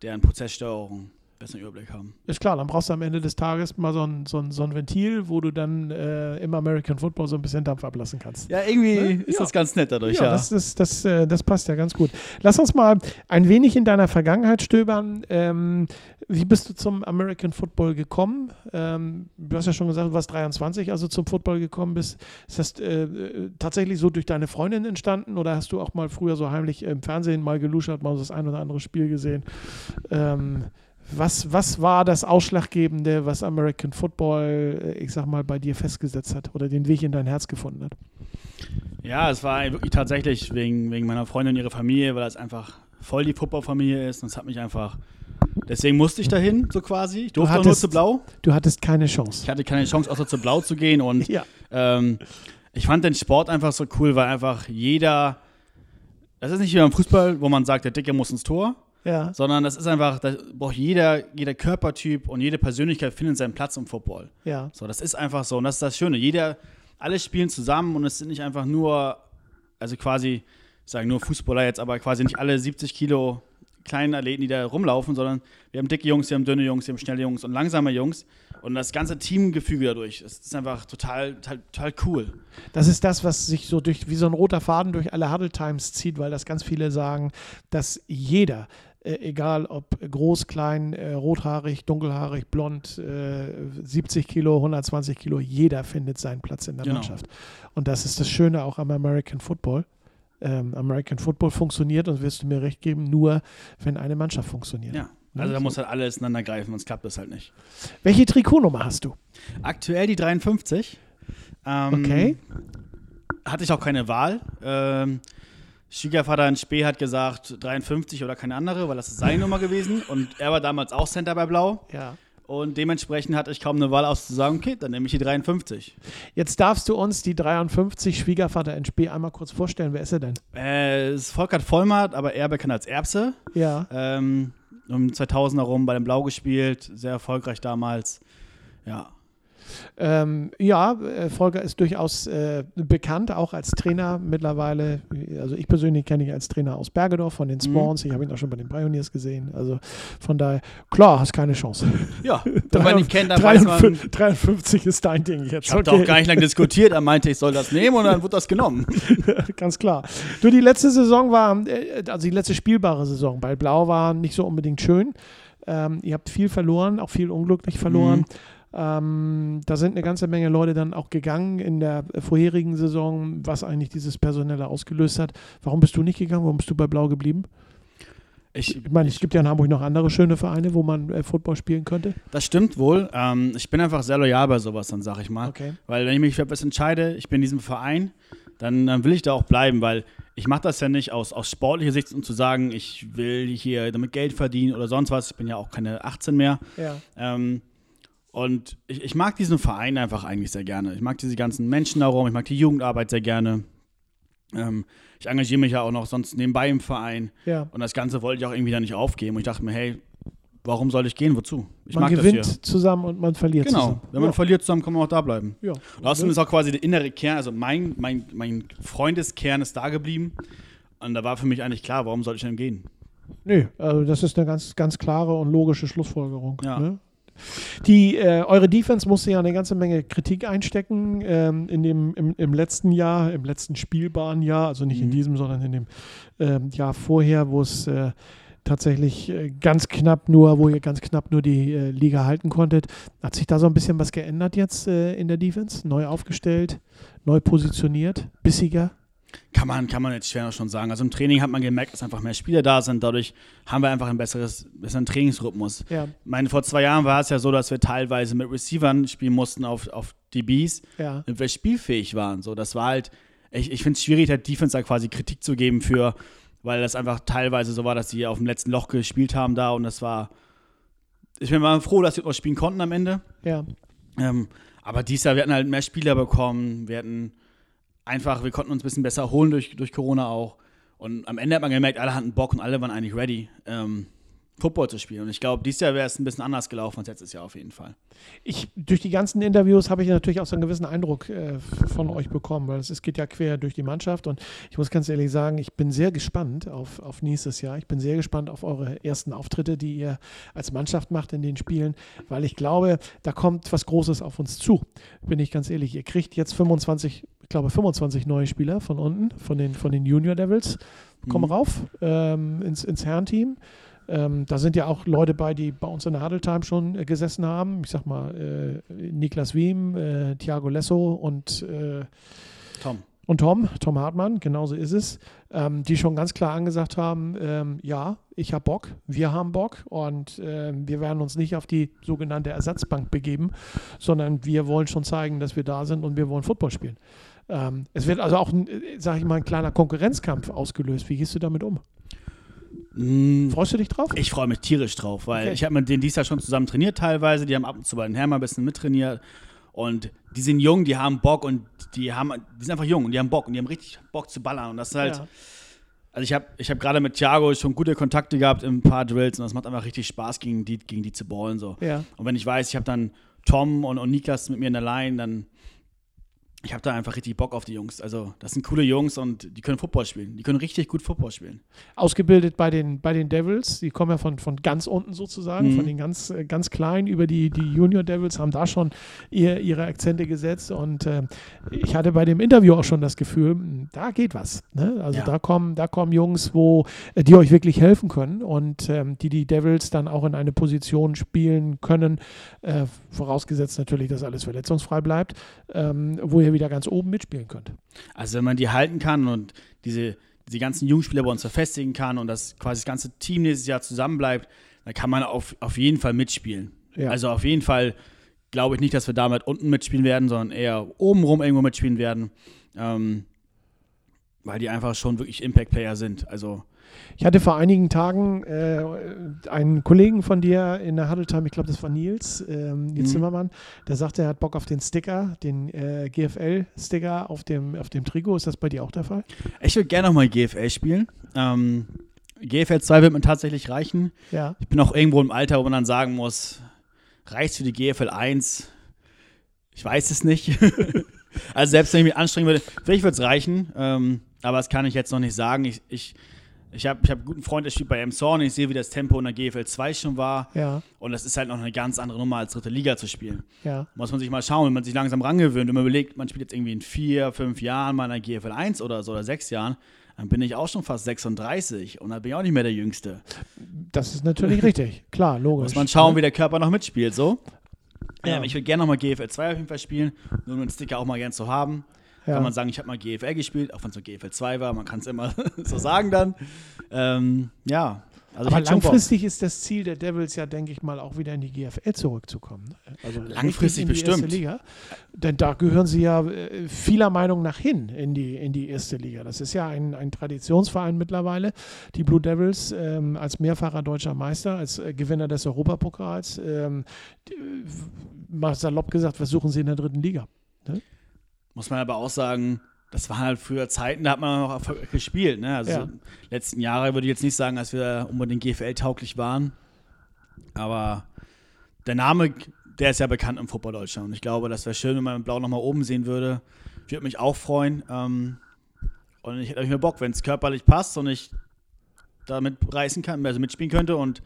Speaker 3: deren Prozesssteuerung besseren Überblick haben.
Speaker 2: Ist klar, dann brauchst du am Ende des Tages mal so ein, so ein, so ein Ventil, wo du dann äh, im American Football so ein bisschen Dampf ablassen kannst.
Speaker 3: Ja, irgendwie
Speaker 2: Ne?
Speaker 3: ist
Speaker 2: Ja.
Speaker 3: das ganz nett dadurch,
Speaker 2: Ja,
Speaker 3: ja.
Speaker 2: Das, das, das, äh, das passt ja ganz gut. Lass uns mal ein wenig in deiner Vergangenheit stöbern. Ähm, wie bist du zum American Football gekommen? Ähm, du hast ja schon gesagt, du warst 23, also zum Football gekommen bist. Ist das äh, äh, tatsächlich so durch deine Freundin entstanden oder hast du auch mal früher so heimlich im Fernsehen mal geluschert, mal so das ein oder andere Spiel gesehen? Ähm, was, was war das Ausschlaggebende, was American Football, äh, ich sag mal, bei dir festgesetzt hat oder den Weg in dein Herz gefunden hat?
Speaker 3: Ja, es war wirklich tatsächlich wegen, wegen meiner Freundin und ihrer Familie, weil das einfach voll die Footballfamilie ist und es hat mich einfach. Deswegen musste ich dahin, so quasi. Ich durfte auch nur
Speaker 2: hattest-
Speaker 3: zu Blau.
Speaker 2: Du hattest keine Chance.
Speaker 3: Ich hatte keine Chance, außer zu Blau zu gehen und
Speaker 2: Ja.
Speaker 3: Ähm, ich fand den Sport einfach so cool, weil einfach jeder. Das ist nicht wie beim Fußball, wo man sagt, der Dicke muss ins Tor,
Speaker 2: Ja.
Speaker 3: sondern das ist einfach, da braucht jeder, jeder Körpertyp und jede Persönlichkeit findet seinen Platz im Football.
Speaker 2: Ja.
Speaker 3: So, das ist einfach so und das ist das Schöne. Jeder, alle spielen zusammen und es sind nicht einfach nur, also quasi, ich sage nur Fußballer jetzt, aber quasi nicht alle 70 Kilo kleinen Athleten, die da rumlaufen, sondern wir haben dicke Jungs, wir haben dünne Jungs, wir haben schnelle Jungs und langsame Jungs und das ganze Teamgefüge dadurch, das ist einfach total, total, total cool.
Speaker 2: Das ist das, was sich so durch wie so ein roter Faden durch alle Huddle Times zieht, weil das ganz viele sagen, dass jeder, äh, egal ob groß, klein, äh, rothaarig, dunkelhaarig, blond, äh, 70 Kilo, 120 Kilo, jeder findet seinen Platz in der
Speaker 3: Genau.
Speaker 2: Mannschaft. Und das ist das Schöne auch am American Football. Ähm, American Football funktioniert und wirst du mir recht geben, nur wenn eine Mannschaft funktioniert.
Speaker 3: Ja. Also da muss halt alles ineinander greifen, sonst klappt das halt nicht.
Speaker 2: Welche Trikotnummer hast du?
Speaker 3: Aktuell die 53. Ähm,
Speaker 2: Okay.
Speaker 3: Hatte ich auch keine Wahl. Ähm, Schwiegervater in Spee hat gesagt 53 oder keine andere, weil das ist seine Nummer gewesen. Und er war damals auch Center bei Blau.
Speaker 2: Ja.
Speaker 3: Und dementsprechend hatte ich kaum eine Wahl auszusagen, okay, dann nehme ich die 53.
Speaker 2: Jetzt darfst du uns die 53 Schwiegervater in Spee einmal kurz vorstellen. Wer ist er denn?
Speaker 3: Äh, es ist Volkert Vollmert, aber eher bekannt als Erbse.
Speaker 2: Ja.
Speaker 3: Ähm, um 2000 herum bei dem Blau gespielt, sehr erfolgreich damals. Ja,
Speaker 2: Ähm, ja, äh, Volker ist durchaus äh, bekannt, auch als Trainer mittlerweile. Also ich persönlich kenne ihn als Trainer aus Bergedorf von
Speaker 3: Mhm.
Speaker 2: den Spawns. Ich habe ihn auch schon bei den Pioneers gesehen. Also von daher, klar, hast keine Chance.
Speaker 3: ja. wenn man ihn kennt, dann weiß man,
Speaker 2: 53, 53 ist dein Ding jetzt.
Speaker 3: Ich habe da auch gar nicht lange diskutiert. Er meinte, ich soll das nehmen und dann wurde das genommen.
Speaker 2: Ganz klar. Du, die letzte Saison war, äh, also die letzte spielbare Saison bei Blau war nicht so unbedingt schön. Ähm, ihr habt viel verloren, auch viel unglücklich verloren.
Speaker 3: Mhm.
Speaker 2: Ähm, da sind eine ganze Menge Leute dann auch gegangen in der vorherigen Saison, was eigentlich dieses Personelle ausgelöst hat. Warum bist du nicht gegangen? Warum bist du bei Blau geblieben?
Speaker 3: Ich,
Speaker 2: Ich meine, es gibt ja in Hamburg noch andere schöne Vereine, wo man äh, Football spielen könnte.
Speaker 3: das stimmt wohl. Ähm, ich bin einfach sehr loyal bei sowas, dann sag ich mal.
Speaker 2: Okay.
Speaker 3: Weil wenn ich mich für etwas entscheide, ich bin in diesem Verein, dann, dann will ich da auch bleiben, weil ich mache das ja nicht aus, aus sportlicher Sicht, um zu sagen, ich will hier damit Geld verdienen oder sonst was. Ich bin ja auch keine 18 mehr.
Speaker 2: Ja.
Speaker 3: Ähm, und ich, ich mag diesen Verein einfach eigentlich sehr gerne. Ich mag diese ganzen Menschen darum, ich mag die Jugendarbeit sehr gerne. Ähm, ich engagiere mich ja auch noch sonst nebenbei im Verein.
Speaker 2: ja.
Speaker 3: Und das Ganze wollte ich auch irgendwie da nicht aufgeben. Und ich dachte mir, hey, warum soll ich gehen? Wozu? Ich
Speaker 2: Man
Speaker 3: mag
Speaker 2: gewinnt
Speaker 3: das hier.
Speaker 2: zusammen und man verliert
Speaker 3: Genau.
Speaker 2: zusammen.
Speaker 3: Wenn man
Speaker 2: ja.
Speaker 3: verliert zusammen, kann man auch da bleiben.
Speaker 2: Ja.
Speaker 3: Und außerdem ist auch quasi der innere Kern, also mein, mein, mein Freundeskern ist da geblieben. Und da war für mich eigentlich klar, warum sollte ich denn gehen?
Speaker 2: Nö, also das ist eine ganz, ganz klare und logische Schlussfolgerung.
Speaker 3: Ja.
Speaker 2: Ne? Die, äh, eure Defense musste ja eine ganze Menge Kritik einstecken ähm, in dem, im, im letzten Jahr, im letzten spielbaren Jahr, also nicht in diesem, sondern in dem ähm, Jahr vorher, wo es äh, tatsächlich äh, ganz knapp nur, wo ihr ganz knapp nur die äh, Liga halten konntet. Hat sich da so ein bisschen was geändert jetzt äh, in der Defense? Neu aufgestellt, neu positioniert, bissiger?
Speaker 3: Kann man, kann man jetzt schwer noch schon sagen. Also im Training hat man gemerkt, dass einfach mehr Spieler da sind. Dadurch haben wir einfach ein besseres, besseren Trainingsrhythmus.
Speaker 2: Ja,
Speaker 3: Ich meine, vor zwei Jahren war es ja so, dass wir teilweise mit Receivern spielen mussten auf, auf DBs.
Speaker 2: ja.
Speaker 3: und wir spielfähig waren. So, das war halt, ich, ich finde es schwierig, der Defense da quasi Kritik zu geben für, weil das einfach teilweise so war, dass sie auf dem letzten Loch gespielt haben da und das war, ich bin mal froh, dass sie noch spielen konnten am Ende.
Speaker 2: ja.
Speaker 3: Ähm, Aber dies Jahr, wir hatten halt mehr Spieler bekommen. Wir hatten einfach, wir konnten uns ein bisschen besser erholen durch, durch Corona auch. Und am Ende hat man gemerkt, alle hatten Bock und alle waren eigentlich ready, ähm, Football zu spielen. Und ich glaube, dies Jahr wäre es ein bisschen anders gelaufen als letztes Jahr auf jeden Fall.
Speaker 2: Ich, durch die ganzen Interviews habe ich natürlich auch so einen gewissen Eindruck äh, von euch bekommen, weil es, es geht ja quer durch die Mannschaft. Und ich muss ganz ehrlich sagen, ich bin sehr gespannt auf, auf nächstes Jahr. Ich bin sehr gespannt auf eure ersten Auftritte, die ihr als Mannschaft macht in den Spielen, weil ich glaube, da kommt was Großes auf uns zu. Bin ich ganz ehrlich. Ihr kriegt jetzt 25 ich glaube, 25 neue Spieler von unten, von den, von den Junior Devils, kommen
Speaker 3: Mhm.
Speaker 2: rauf ähm, ins, ins Herrenteam. Ähm, da sind ja auch Leute bei, die bei uns in der Hadeltime schon äh, gesessen haben. Ich sag mal, äh, Niklas Wiem, äh, Thiago Lesso und, äh,
Speaker 3: Tom.
Speaker 2: und Tom, Tom Hartmann, genauso ist es, ähm, die schon ganz klar angesagt haben, ähm, ja, ich habe Bock, wir haben Bock und ähm, wir werden uns nicht auf die sogenannte Ersatzbank begeben, sondern wir wollen schon zeigen, dass wir da sind und wir wollen Football spielen. Ähm, es wird also auch, sage ich mal, ein kleiner Konkurrenzkampf ausgelöst. Wie gehst du damit um?
Speaker 3: Mhm.
Speaker 2: Freust du dich drauf?
Speaker 3: Ich freue mich tierisch drauf, weil
Speaker 2: Okay.
Speaker 3: ich habe mit denen dies Jahr schon zusammen trainiert teilweise. Die haben ab und zu bei den Herren mal ein bisschen mittrainiert. Und die sind jung, die haben Bock und die haben, die sind einfach jung und die haben Bock und die haben richtig Bock zu ballern. Und das ist halt,
Speaker 2: ja.
Speaker 3: also ich habe ich hab gerade mit Thiago schon gute Kontakte gehabt in ein paar Drills und das macht einfach richtig Spaß, gegen die, gegen die zu ballen. So.
Speaker 2: ja.
Speaker 3: Und wenn ich weiß, ich habe dann Tom und, und Niklas mit mir in der Line, dann ich habe da einfach richtig Bock auf die Jungs. Also das sind coole Jungs und die können Football spielen. Die können richtig gut Football spielen.
Speaker 2: Ausgebildet bei den, bei den Devils. Die kommen ja von, von ganz unten sozusagen,
Speaker 3: Mhm.
Speaker 2: von den ganz, äh, ganz kleinen über die, die Junior Devils, haben da schon ihr, ihre Akzente gesetzt. Und äh, ich hatte bei dem Interview auch schon das Gefühl, mh, da geht was. Ne? Also
Speaker 3: Ja.
Speaker 2: da, kommen, da kommen Jungs, wo, äh, die euch wirklich helfen können und ähm, die die Devils dann auch in eine Position spielen können, äh, vorausgesetzt natürlich, dass alles verletzungsfrei bleibt, ähm, wo ihr wieder ganz oben mitspielen könnt.
Speaker 3: Also wenn man die halten kann und diese, diese ganzen Jugendspieler bei uns verfestigen kann und das quasi das ganze Team nächstes Jahr zusammenbleibt, dann kann man auf, auf jeden Fall mitspielen.
Speaker 2: Ja.
Speaker 3: Also auf jeden Fall glaube ich nicht, dass wir damit unten mitspielen werden, sondern eher obenrum irgendwo mitspielen werden. Ähm, weil die einfach schon wirklich Impact-Player sind. Also
Speaker 2: Ich hatte vor einigen Tagen äh, einen Kollegen von dir in der Huddletime, ich glaube, das war Nils, ähm, Nils
Speaker 3: Mhm.
Speaker 2: Zimmermann, der sagte, er hat Bock auf den Sticker, den äh, GFL-Sticker auf dem, auf dem Trikot. Ist das bei dir auch der Fall?
Speaker 3: ich würde gerne nochmal GFL spielen. Ähm, GFL 2 wird mir tatsächlich reichen.
Speaker 2: Ja.
Speaker 3: Ich bin auch irgendwo im Alter, wo man dann sagen muss, reicht's für die GFL 1? Ich weiß es nicht. also selbst wenn ich mich anstrengen würde, vielleicht wird's reichen, ähm, aber das kann ich jetzt noch nicht sagen. Ich, ich, ich habe ich hab einen guten Freund, der spielt bei Emshorn und ich sehe, wie das Tempo in der GFL 2 schon war.
Speaker 2: Ja,
Speaker 3: Und das ist halt noch eine ganz andere Nummer, als dritte Liga zu spielen.
Speaker 2: ja.
Speaker 3: Muss man sich mal schauen, wenn man sich langsam rangewöhnt und man überlegt, man spielt jetzt irgendwie in vier, fünf Jahren mal in der GFL 1 oder so oder sechs Jahren, dann bin ich auch schon fast 36 und dann bin ich auch nicht mehr der Jüngste.
Speaker 2: Das ist natürlich richtig. Klar, logisch.
Speaker 3: Muss man schauen, wie der Körper noch mitspielt, so.
Speaker 2: Ja.
Speaker 3: Ähm, ich würde gerne nochmal GFL 2 auf jeden Fall spielen, nur um den Sticker auch mal gern zu haben.
Speaker 2: Ja.
Speaker 3: Kann man sagen, ich habe mal GFL gespielt, auch wenn es nur GFL 2 war, man kann es immer so sagen dann. Ähm, ja, also
Speaker 2: Aber
Speaker 3: ich hätte schon Bock.
Speaker 2: langfristig ist das Ziel der Devils ja, denke ich mal, auch wieder in die GFL zurückzukommen. ne? Also richtig in
Speaker 3: Langfristig
Speaker 2: die erste
Speaker 3: bestimmt.
Speaker 2: Liga. Denn da gehören sie ja äh, vieler Meinung nach hin in die, in die erste Liga. Das ist ja ein, ein Traditionsverein mittlerweile. Die Blue Devils ähm, als mehrfacher deutscher Meister, als äh, Gewinner des Europapokals. Ähm, die, äh, mal salopp gesagt, versuchen sie in der dritten Liga.
Speaker 3: Muss man aber auch sagen, das waren halt früher Zeiten, da hat man noch erfolgreich gespielt. Ne? Also
Speaker 2: Ja.
Speaker 3: so die letzten Jahre würde ich jetzt nicht sagen, als wir unbedingt GFL-tauglich waren. Aber der Name, der ist ja bekannt im Football Deutschland. Und ich glaube, das wäre schön, wenn man Blau nochmal oben sehen würde. Ich würde mich auch freuen. Ähm, und ich hätte auch mehr Bock, wenn es körperlich passt und ich damit reißen kann, also mitspielen könnte und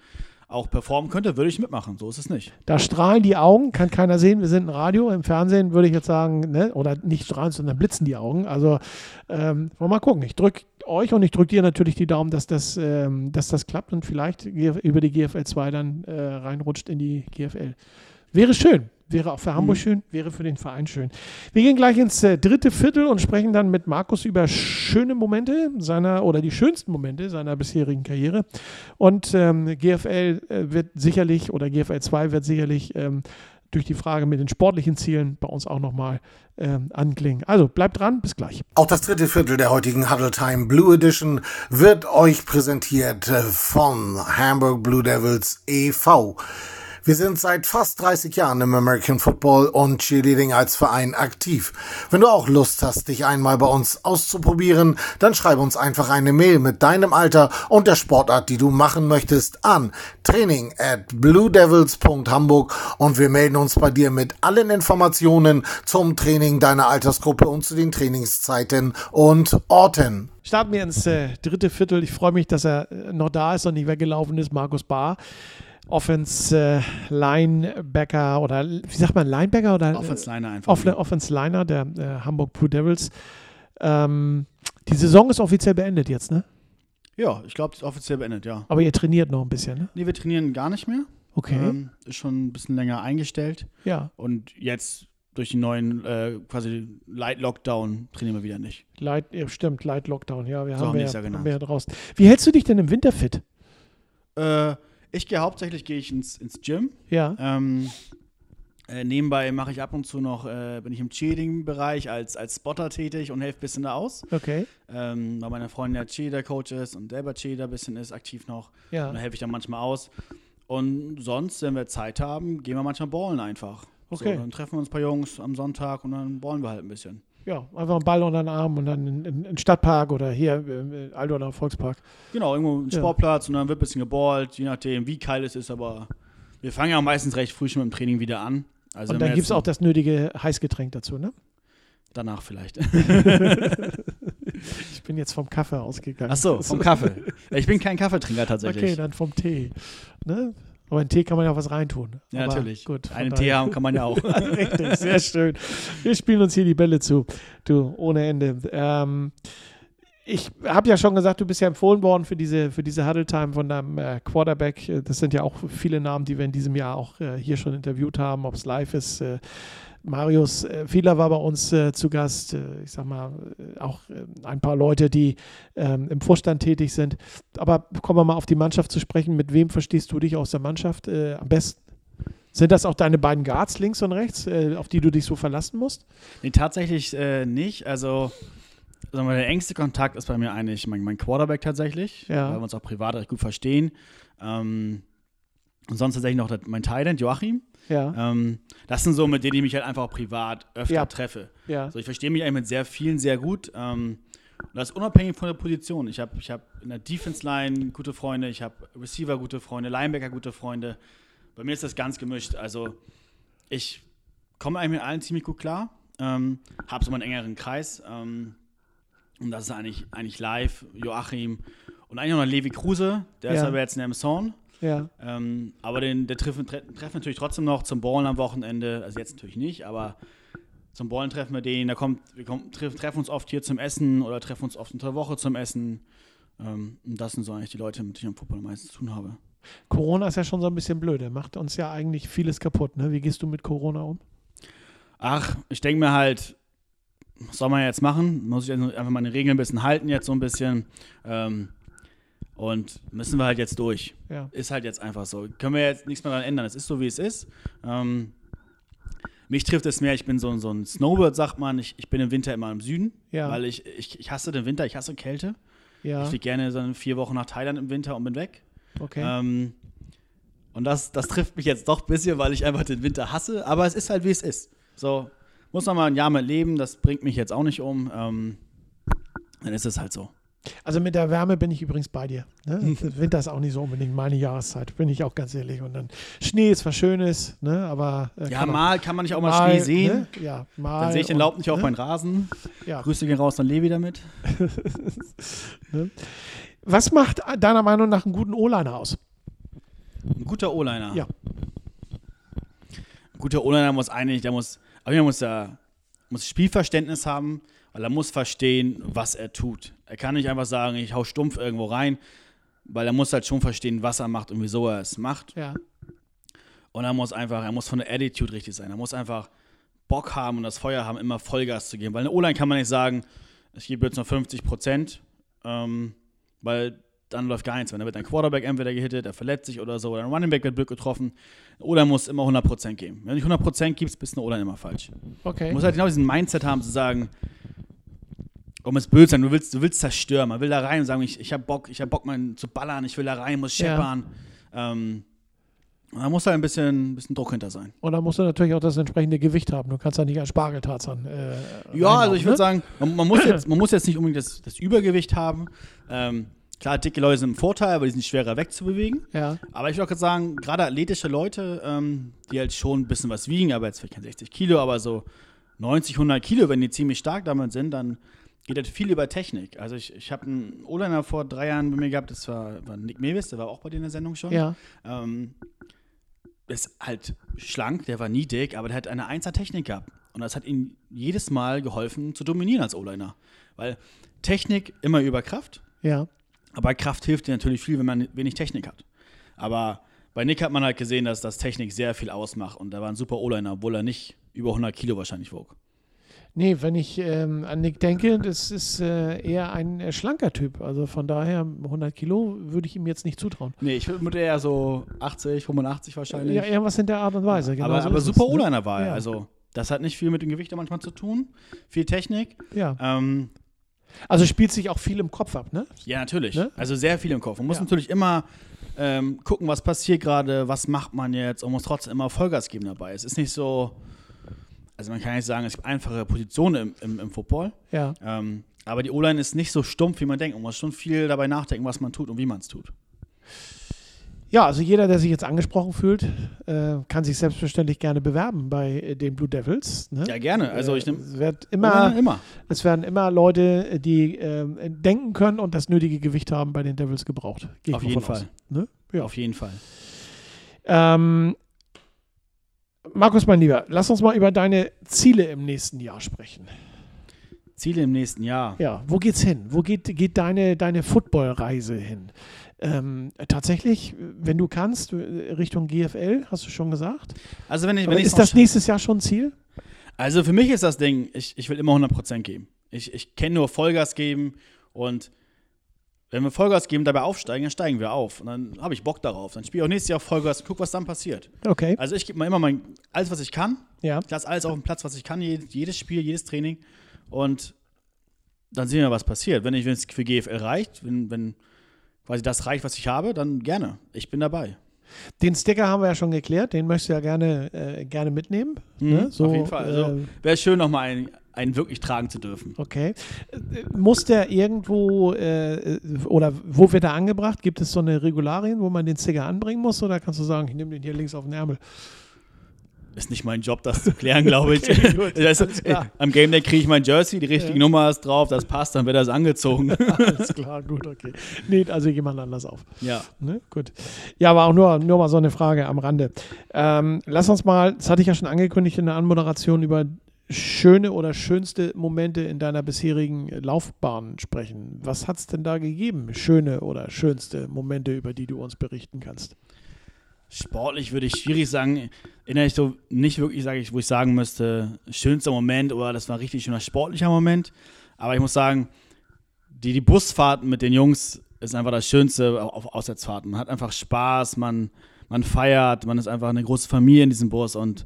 Speaker 3: auch performen könnte, würde ich mitmachen. So ist es nicht.
Speaker 2: Da strahlen die Augen, kann keiner sehen. Wir sind ein Radio. Im Fernsehen würde ich jetzt sagen, ne? oder nicht strahlen, sondern blitzen die Augen. Also ähm, wollen wir mal gucken. Ich drücke euch und ich drücke dir natürlich die Daumen, dass das, ähm, dass das klappt und vielleicht GF über die GFL 2 dann äh, reinrutscht in die GFL. Wäre schön. Wäre auch für Hamburg schön, wäre für den Verein schön. Wir gehen gleich ins äh, dritte Viertel und sprechen dann mit Markus über schöne Momente seiner oder die schönsten Momente seiner bisherigen Karriere. Und ähm, GFL äh, wird sicherlich oder GFL 2 wird sicherlich ähm, durch die Frage mit den sportlichen Zielen bei uns auch nochmal ähm, anklingen. Also bleibt dran, bis gleich.
Speaker 1: Auch das dritte Viertel der heutigen Huddle Time Blue Edition wird euch präsentiert von Hamburg Blue Devils e.V. E Wir sind seit fast 30 Jahren im American Football und Cheerleading als Verein aktiv. Wenn du auch Lust hast, dich einmal bei uns auszuprobieren, dann schreibe uns einfach eine Mail mit deinem Alter und der Sportart, die du machen möchtest, an training at bluedevils.hamburg und wir melden uns bei dir mit allen Informationen zum Training deiner Altersgruppe und zu den Trainingszeiten und Orten.
Speaker 2: Starten wir ins äh, dritte Viertel. Ich freue mich, dass er äh, noch da ist und nicht weggelaufen ist, Markus Bahr. Offense äh, Linebacker oder wie sagt man Linebacker oder äh,
Speaker 3: Offense Liner einfach.
Speaker 2: Off Offense Liner der äh, Hamburg Blue Devils. Ähm, die Saison ist offiziell beendet jetzt, ne?
Speaker 3: Ja, ich glaube, das ist offiziell beendet, ja.
Speaker 2: Aber ihr trainiert noch ein bisschen, ne?
Speaker 3: Nee, wir trainieren gar nicht mehr.
Speaker 2: Okay.
Speaker 3: Ähm, ist schon ein bisschen länger eingestellt.
Speaker 2: Ja,
Speaker 3: Und jetzt durch den neuen äh, quasi Light Lockdown trainieren wir wieder nicht.
Speaker 2: Light, ja, stimmt, Light Lockdown. Ja, wir
Speaker 3: So haben
Speaker 2: haben,
Speaker 3: wir
Speaker 2: ja,
Speaker 3: es ja genannt.
Speaker 2: haben wir ja draußen. Wie hältst du dich denn im Winter fit?
Speaker 3: Äh, ich gehe hauptsächlich gehe ich ins, ins Gym.
Speaker 2: Ja.
Speaker 3: Ähm, äh, nebenbei mache ich ab und zu noch, äh, bin ich im Cheerleading-Bereich als, als Spotter tätig und helfe ein bisschen da aus.
Speaker 2: Okay.
Speaker 3: Ähm, weil meine Freundin ja Cheerleader-Coach ist und selber Cheerleader ein bisschen ist, aktiv noch.
Speaker 2: Ja.
Speaker 3: Und da helfe ich dann manchmal aus. Und sonst, wenn wir Zeit haben, gehen wir manchmal ballen einfach.
Speaker 2: Okay.
Speaker 3: So, dann treffen wir uns ein paar Jungs am Sonntag und dann ballen wir halt ein bisschen.
Speaker 2: Ja, einfach einen Ball unter den Arm und dann in, in, in Stadtpark oder hier im Aldoner Volkspark.
Speaker 3: Genau, irgendwo ein
Speaker 2: Ja.
Speaker 3: Sportplatz und dann wird ein bisschen geballt, je nachdem, wie kalt es ist, aber wir fangen ja meistens recht früh schon mit dem Training wieder an. Also
Speaker 2: und
Speaker 3: wenn
Speaker 2: dann
Speaker 3: wir
Speaker 2: gibt es
Speaker 3: jetzt-
Speaker 2: auch das nötige Heißgetränk dazu, ne?
Speaker 3: Danach vielleicht.
Speaker 2: Ich bin jetzt vom Kaffee ausgegangen. Also,
Speaker 3: Ach so, vom Kaffee. Ich bin kein Kaffeetrinker tatsächlich.
Speaker 2: Okay, dann vom Tee. Ne? Aber in Tee kann man ja auch was reintun.
Speaker 3: ja,
Speaker 2: Aber
Speaker 3: natürlich.
Speaker 2: Gut, von
Speaker 3: Einen
Speaker 2: daher-
Speaker 3: Tee haben kann man ja auch.
Speaker 2: Richtig, sehr schön. Wir spielen uns hier die Bälle zu. Du, ohne Ende. Ähm, ich habe ja schon gesagt, du bist ja empfohlen worden für diese, für diese Huddle Time von deinem äh, Quarterback. Äh, Das sind ja auch viele Namen, die wir in diesem Jahr auch äh, hier schon interviewt haben, ob es live ist. Äh, Marius äh, Fehler war bei uns äh, zu Gast. Äh, ich sag mal, äh, auch äh, ein paar Leute, die ähm, im Vorstand tätig sind. Aber kommen wir mal auf die Mannschaft zu sprechen. Mit wem verstehst du dich aus der Mannschaft äh, am besten? Sind das auch deine beiden Guards links und rechts, äh, auf die du dich so verlassen musst?
Speaker 3: Nee, tatsächlich äh, nicht. Also, sagen wir, der engste Kontakt ist bei mir eigentlich mein, mein Quarterback tatsächlich,
Speaker 2: Ja.
Speaker 3: weil wir uns auch privat recht gut verstehen. Ähm, und sonst tatsächlich noch der, mein Thailand, Joachim.
Speaker 2: Ja,
Speaker 3: Ähm, das sind so, mit denen ich mich halt einfach auch privat öfter
Speaker 2: Ja.
Speaker 3: treffe.
Speaker 2: ja,
Speaker 3: Also ich verstehe mich eigentlich mit sehr vielen sehr gut. Ähm, und das ist unabhängig von der Position. Ich habe ich hab in der Defense-Line gute Freunde, ich habe Receiver gute Freunde, Linebacker gute Freunde. Bei mir ist das ganz gemischt. Also ich komme eigentlich mit allen ziemlich gut klar, ähm, habe so meinen engeren Kreis. Ähm, und das ist eigentlich, eigentlich live, Joachim und eigentlich auch noch Levi Kruse, der ist
Speaker 2: Ja.
Speaker 3: aber jetzt in Amazon.
Speaker 2: ja.
Speaker 3: Ähm, aber den, der treffen, tre treffen natürlich trotzdem noch zum Ballen am Wochenende. Also jetzt natürlich nicht, aber zum Ballen treffen wir den. Da kommt, wir kommen, treff, treffen uns oft hier zum Essen oder treffen uns oft unter der Woche zum Essen. Ähm, und das sind so eigentlich die Leute, mit denen ich am Football am meisten zu tun habe.
Speaker 2: Corona ist ja schon so ein bisschen blöde, macht uns ja eigentlich vieles kaputt. Ne? Wie gehst du mit Corona um?
Speaker 3: Ach, ich denke mir halt, was soll man jetzt machen? Muss ich einfach meine Regeln ein bisschen halten jetzt so ein bisschen. Ähm, und müssen wir halt jetzt durch.
Speaker 2: Ja,
Speaker 3: Ist halt jetzt einfach so. Können wir jetzt nichts mehr daran ändern. Es ist so, wie es ist. Ähm, mich trifft es mehr, ich bin so, ein- so ein Snowbird, sagt man. Ich, ich bin im Winter immer im Süden,
Speaker 2: Ja.
Speaker 3: weil ich, ich, ich hasse den Winter, ich hasse Kälte. Ich
Speaker 2: ja,
Speaker 3: fliege gerne so vier Wochen nach Thailand im Winter und bin weg.
Speaker 2: okay.
Speaker 3: Ähm, und das, das trifft mich jetzt doch ein bisschen, weil ich einfach den Winter hasse. Aber es ist halt, wie es ist. So, muss man mal ein Jahr mit leben, das bringt mich jetzt auch nicht um. Ähm, dann ist es halt so.
Speaker 2: Also mit der Wärme bin ich übrigens bei dir. Ne? Winter ist auch nicht so unbedingt meine Jahreszeit, bin ich auch ganz ehrlich. Und dann Schnee ist was Schönes, ne? aber äh,
Speaker 3: Ja,
Speaker 2: kann man-
Speaker 3: mal kann man nicht auch mal, Schnee sehen.
Speaker 2: Ne? Ja, mal.
Speaker 3: Dann sehe ich den
Speaker 2: und-
Speaker 3: Laub nicht auf
Speaker 2: ne?
Speaker 3: meinen Rasen.
Speaker 2: Ja.
Speaker 3: Grüße gehen raus an Levi damit.
Speaker 2: Was macht deiner Meinung nach einen guten O-Liner aus?
Speaker 3: Ein guter O-Liner.
Speaker 2: Ja.
Speaker 3: Ein guter O-Liner muss eigentlich, der muss, aber der muss ja, muss Spielverständnis haben, weil er muss verstehen, was er tut. Er kann nicht einfach sagen, ich hau stumpf irgendwo rein, weil er muss halt schon verstehen, was er macht und wieso er es macht.
Speaker 2: Ja,
Speaker 3: Und er muss einfach, er muss von der Attitude richtig sein. Er muss einfach Bock haben und das Feuer haben, immer Vollgas zu geben. Weil eine O-Line kann man nicht sagen, ich gebe jetzt nur 50 Prozent, ähm, weil dann läuft gar nichts mehr. Dann wird ein Quarterback entweder gehittet, er verletzt sich oder so, oder ein Running Back wird blöd getroffen. Eine O-Line muss immer 100 Prozent geben. Wenn du nicht 100 Prozent gibst, bist eine O-Line immer falsch.
Speaker 2: okay.
Speaker 3: Du musst halt genau diesen Mindset haben, zu sagen, um es böse zu sein, du willst, du willst zerstören, man will da rein und sagen, ich, ich hab Bock, ich hab Bock, man zu ballern, ich will da rein, muss
Speaker 2: Ja.
Speaker 3: scheppern. Ähm, Da muss halt ein bisschen, ein bisschen Druck hinter sein.
Speaker 2: Und da musst du natürlich auch das entsprechende Gewicht haben. Du kannst da nicht als Spargeltarzan. Äh,
Speaker 3: Ja, also ich würde
Speaker 2: ne?
Speaker 3: sagen, man, man, muss jetzt, man muss jetzt nicht unbedingt das, das Übergewicht haben. Ähm, klar, dicke Leute sind im Vorteil, weil die sind schwerer wegzubewegen.
Speaker 2: Ja.
Speaker 3: Aber ich würde auch grad sagen, gerade athletische Leute, ähm, die halt schon ein bisschen was wiegen, aber jetzt vielleicht kein 60 Kilo, aber so 90, 100 Kilo, wenn die ziemlich stark damit sind, dann geht das viel über Technik. Also ich, ich habe einen Olaner vor drei Jahren bei mir gehabt, das war, war Nick Mewis, der war auch bei dir in der Sendung schon.
Speaker 2: Ja.
Speaker 3: Ähm, ist halt schlank, der war nie dick, aber der hat eine 1er Technik gehabt. Und das hat ihm jedes Mal geholfen zu dominieren als O-Liner. Weil Technik immer über Kraft,
Speaker 2: Ja.
Speaker 3: aber Kraft hilft dir natürlich viel, wenn man wenig Technik hat. Aber bei Nick hat man halt gesehen, dass das Technik sehr viel ausmacht. Und da war ein super O-Liner, obwohl er nicht über 100 Kilo wahrscheinlich wog.
Speaker 2: Nee, wenn ich ähm, an Nick denke, das ist äh, eher ein äh, schlanker Typ. Also von daher 100 Kilo würde ich ihm jetzt nicht zutrauen.
Speaker 3: Nee, ich würde eher so 80, 85 wahrscheinlich.
Speaker 2: Ja, irgendwas in der Art und Weise. Genau
Speaker 3: aber
Speaker 2: so
Speaker 3: aber
Speaker 2: ist
Speaker 3: super
Speaker 2: es, ne?
Speaker 3: O-Liner war er.
Speaker 2: Ja.
Speaker 3: Also das hat nicht viel mit dem Gewicht manchmal zu tun. Viel Technik.
Speaker 2: Ja.
Speaker 3: Ähm,
Speaker 2: Also spielt sich auch viel im Kopf ab, ne?
Speaker 3: Ja, natürlich.
Speaker 2: Ne?
Speaker 3: Also sehr viel im Kopf. Man muss
Speaker 2: Ja.
Speaker 3: natürlich immer ähm, gucken, was passiert gerade, was macht man jetzt und muss trotzdem immer Vollgas geben dabei. Es ist nicht so, also man kann nicht sagen, es gibt einfache Positionen im, im, im Football,
Speaker 2: Ja.
Speaker 3: ähm, aber die O-Line ist nicht so stumpf, wie man denkt. Man muss schon viel dabei nachdenken, was man tut und wie man es tut.
Speaker 2: Ja, also jeder, der sich jetzt angesprochen fühlt, äh, kann sich selbstverständlich gerne bewerben bei äh, den Blue Devils. Ne?
Speaker 3: Ja, gerne. Also ich
Speaker 2: Äh,
Speaker 3: nehme
Speaker 2: es, wird immer,
Speaker 3: immer.
Speaker 2: es werden immer Leute, äh, die ähm, denken können und das nötige Gewicht haben, bei den Devils gebraucht. Gehe ich
Speaker 3: Auf
Speaker 2: mal
Speaker 3: jeden
Speaker 2: von
Speaker 3: Fall.
Speaker 2: Ne? Ja.
Speaker 3: Auf jeden Fall.
Speaker 2: Ähm, Markus, mein Lieber, lass uns mal über deine Ziele im nächsten Jahr sprechen.
Speaker 3: Ziele im nächsten Jahr.
Speaker 2: Ja, wo geht's hin? Wo geht, geht deine, deine Football-Reise hin? Ähm, tatsächlich, wenn du kannst, äh, Richtung GFL, hast du schon gesagt.
Speaker 3: Also wenn ich, wenn
Speaker 2: Aber
Speaker 3: ich
Speaker 2: ist das nächstes Jahr schon ein Ziel?
Speaker 3: Also für mich ist das Ding, ich, ich will immer 100% geben. Ich, ich kenne nur Vollgas geben und wenn wir Vollgas geben, dabei aufsteigen, dann steigen wir auf. Und dann habe ich Bock darauf. Dann spiele ich auch nächstes Jahr Vollgas und guck, was dann passiert.
Speaker 2: Okay.
Speaker 3: Also ich gebe mir immer mein, alles, was ich kann.
Speaker 2: Ja.
Speaker 3: Ich lasse alles auf dem Platz, was ich kann. Je, jedes Spiel, jedes Training. Und dann sehen wir, was passiert. Wenn ich- wenn es für GFL reicht, wenn, wenn quasi das reicht, was ich habe, dann gerne. Ich bin dabei.
Speaker 2: Den Sticker haben wir ja schon geklärt, den möchtest du ja gerne, äh, gerne mitnehmen. ne?
Speaker 3: auf jeden Fall. Also
Speaker 2: äh,
Speaker 3: wäre schön, nochmal einen, einen wirklich tragen zu dürfen.
Speaker 2: okay. Äh, Muss der irgendwo äh, äh, oder wo wird er angebracht? Gibt es so eine Regularien, wo man den Sticker anbringen muss? Oder kannst du sagen, ich nehme den hier links auf den Ärmel?
Speaker 3: Ist nicht mein Job, das zu klären, glaube ich. das,
Speaker 2: alles klar.
Speaker 3: am Game Day kriege ich mein Jersey, die richtige Nummer ist drauf, das passt, dann wird das angezogen.
Speaker 2: Alles klar, gut, okay. Näht also jemand anders auf.
Speaker 3: ja.
Speaker 2: Ne? Gut. Ja, aber auch nur, nur mal so eine Frage am Rande. Ähm, lass uns mal, das hatte ich ja schon angekündigt in der Anmoderation, über schöne oder schönste Momente in deiner bisherigen Laufbahn sprechen. Was hat es denn da gegeben? Schöne oder schönste Momente, über die du uns berichten kannst?
Speaker 3: Sportlich würde ich schwierig sagen, erinnere ich so nicht wirklich, sage ich, wo ich sagen müsste, schönster Moment oder das war ein richtig schöner sportlicher Moment. Aber ich muss sagen, die, die Busfahrten mit den Jungs ist einfach das Schönste auf auf Auswärtsfahrten. Man hat einfach Spaß, man, man feiert, man ist einfach eine große Familie in diesem Bus und,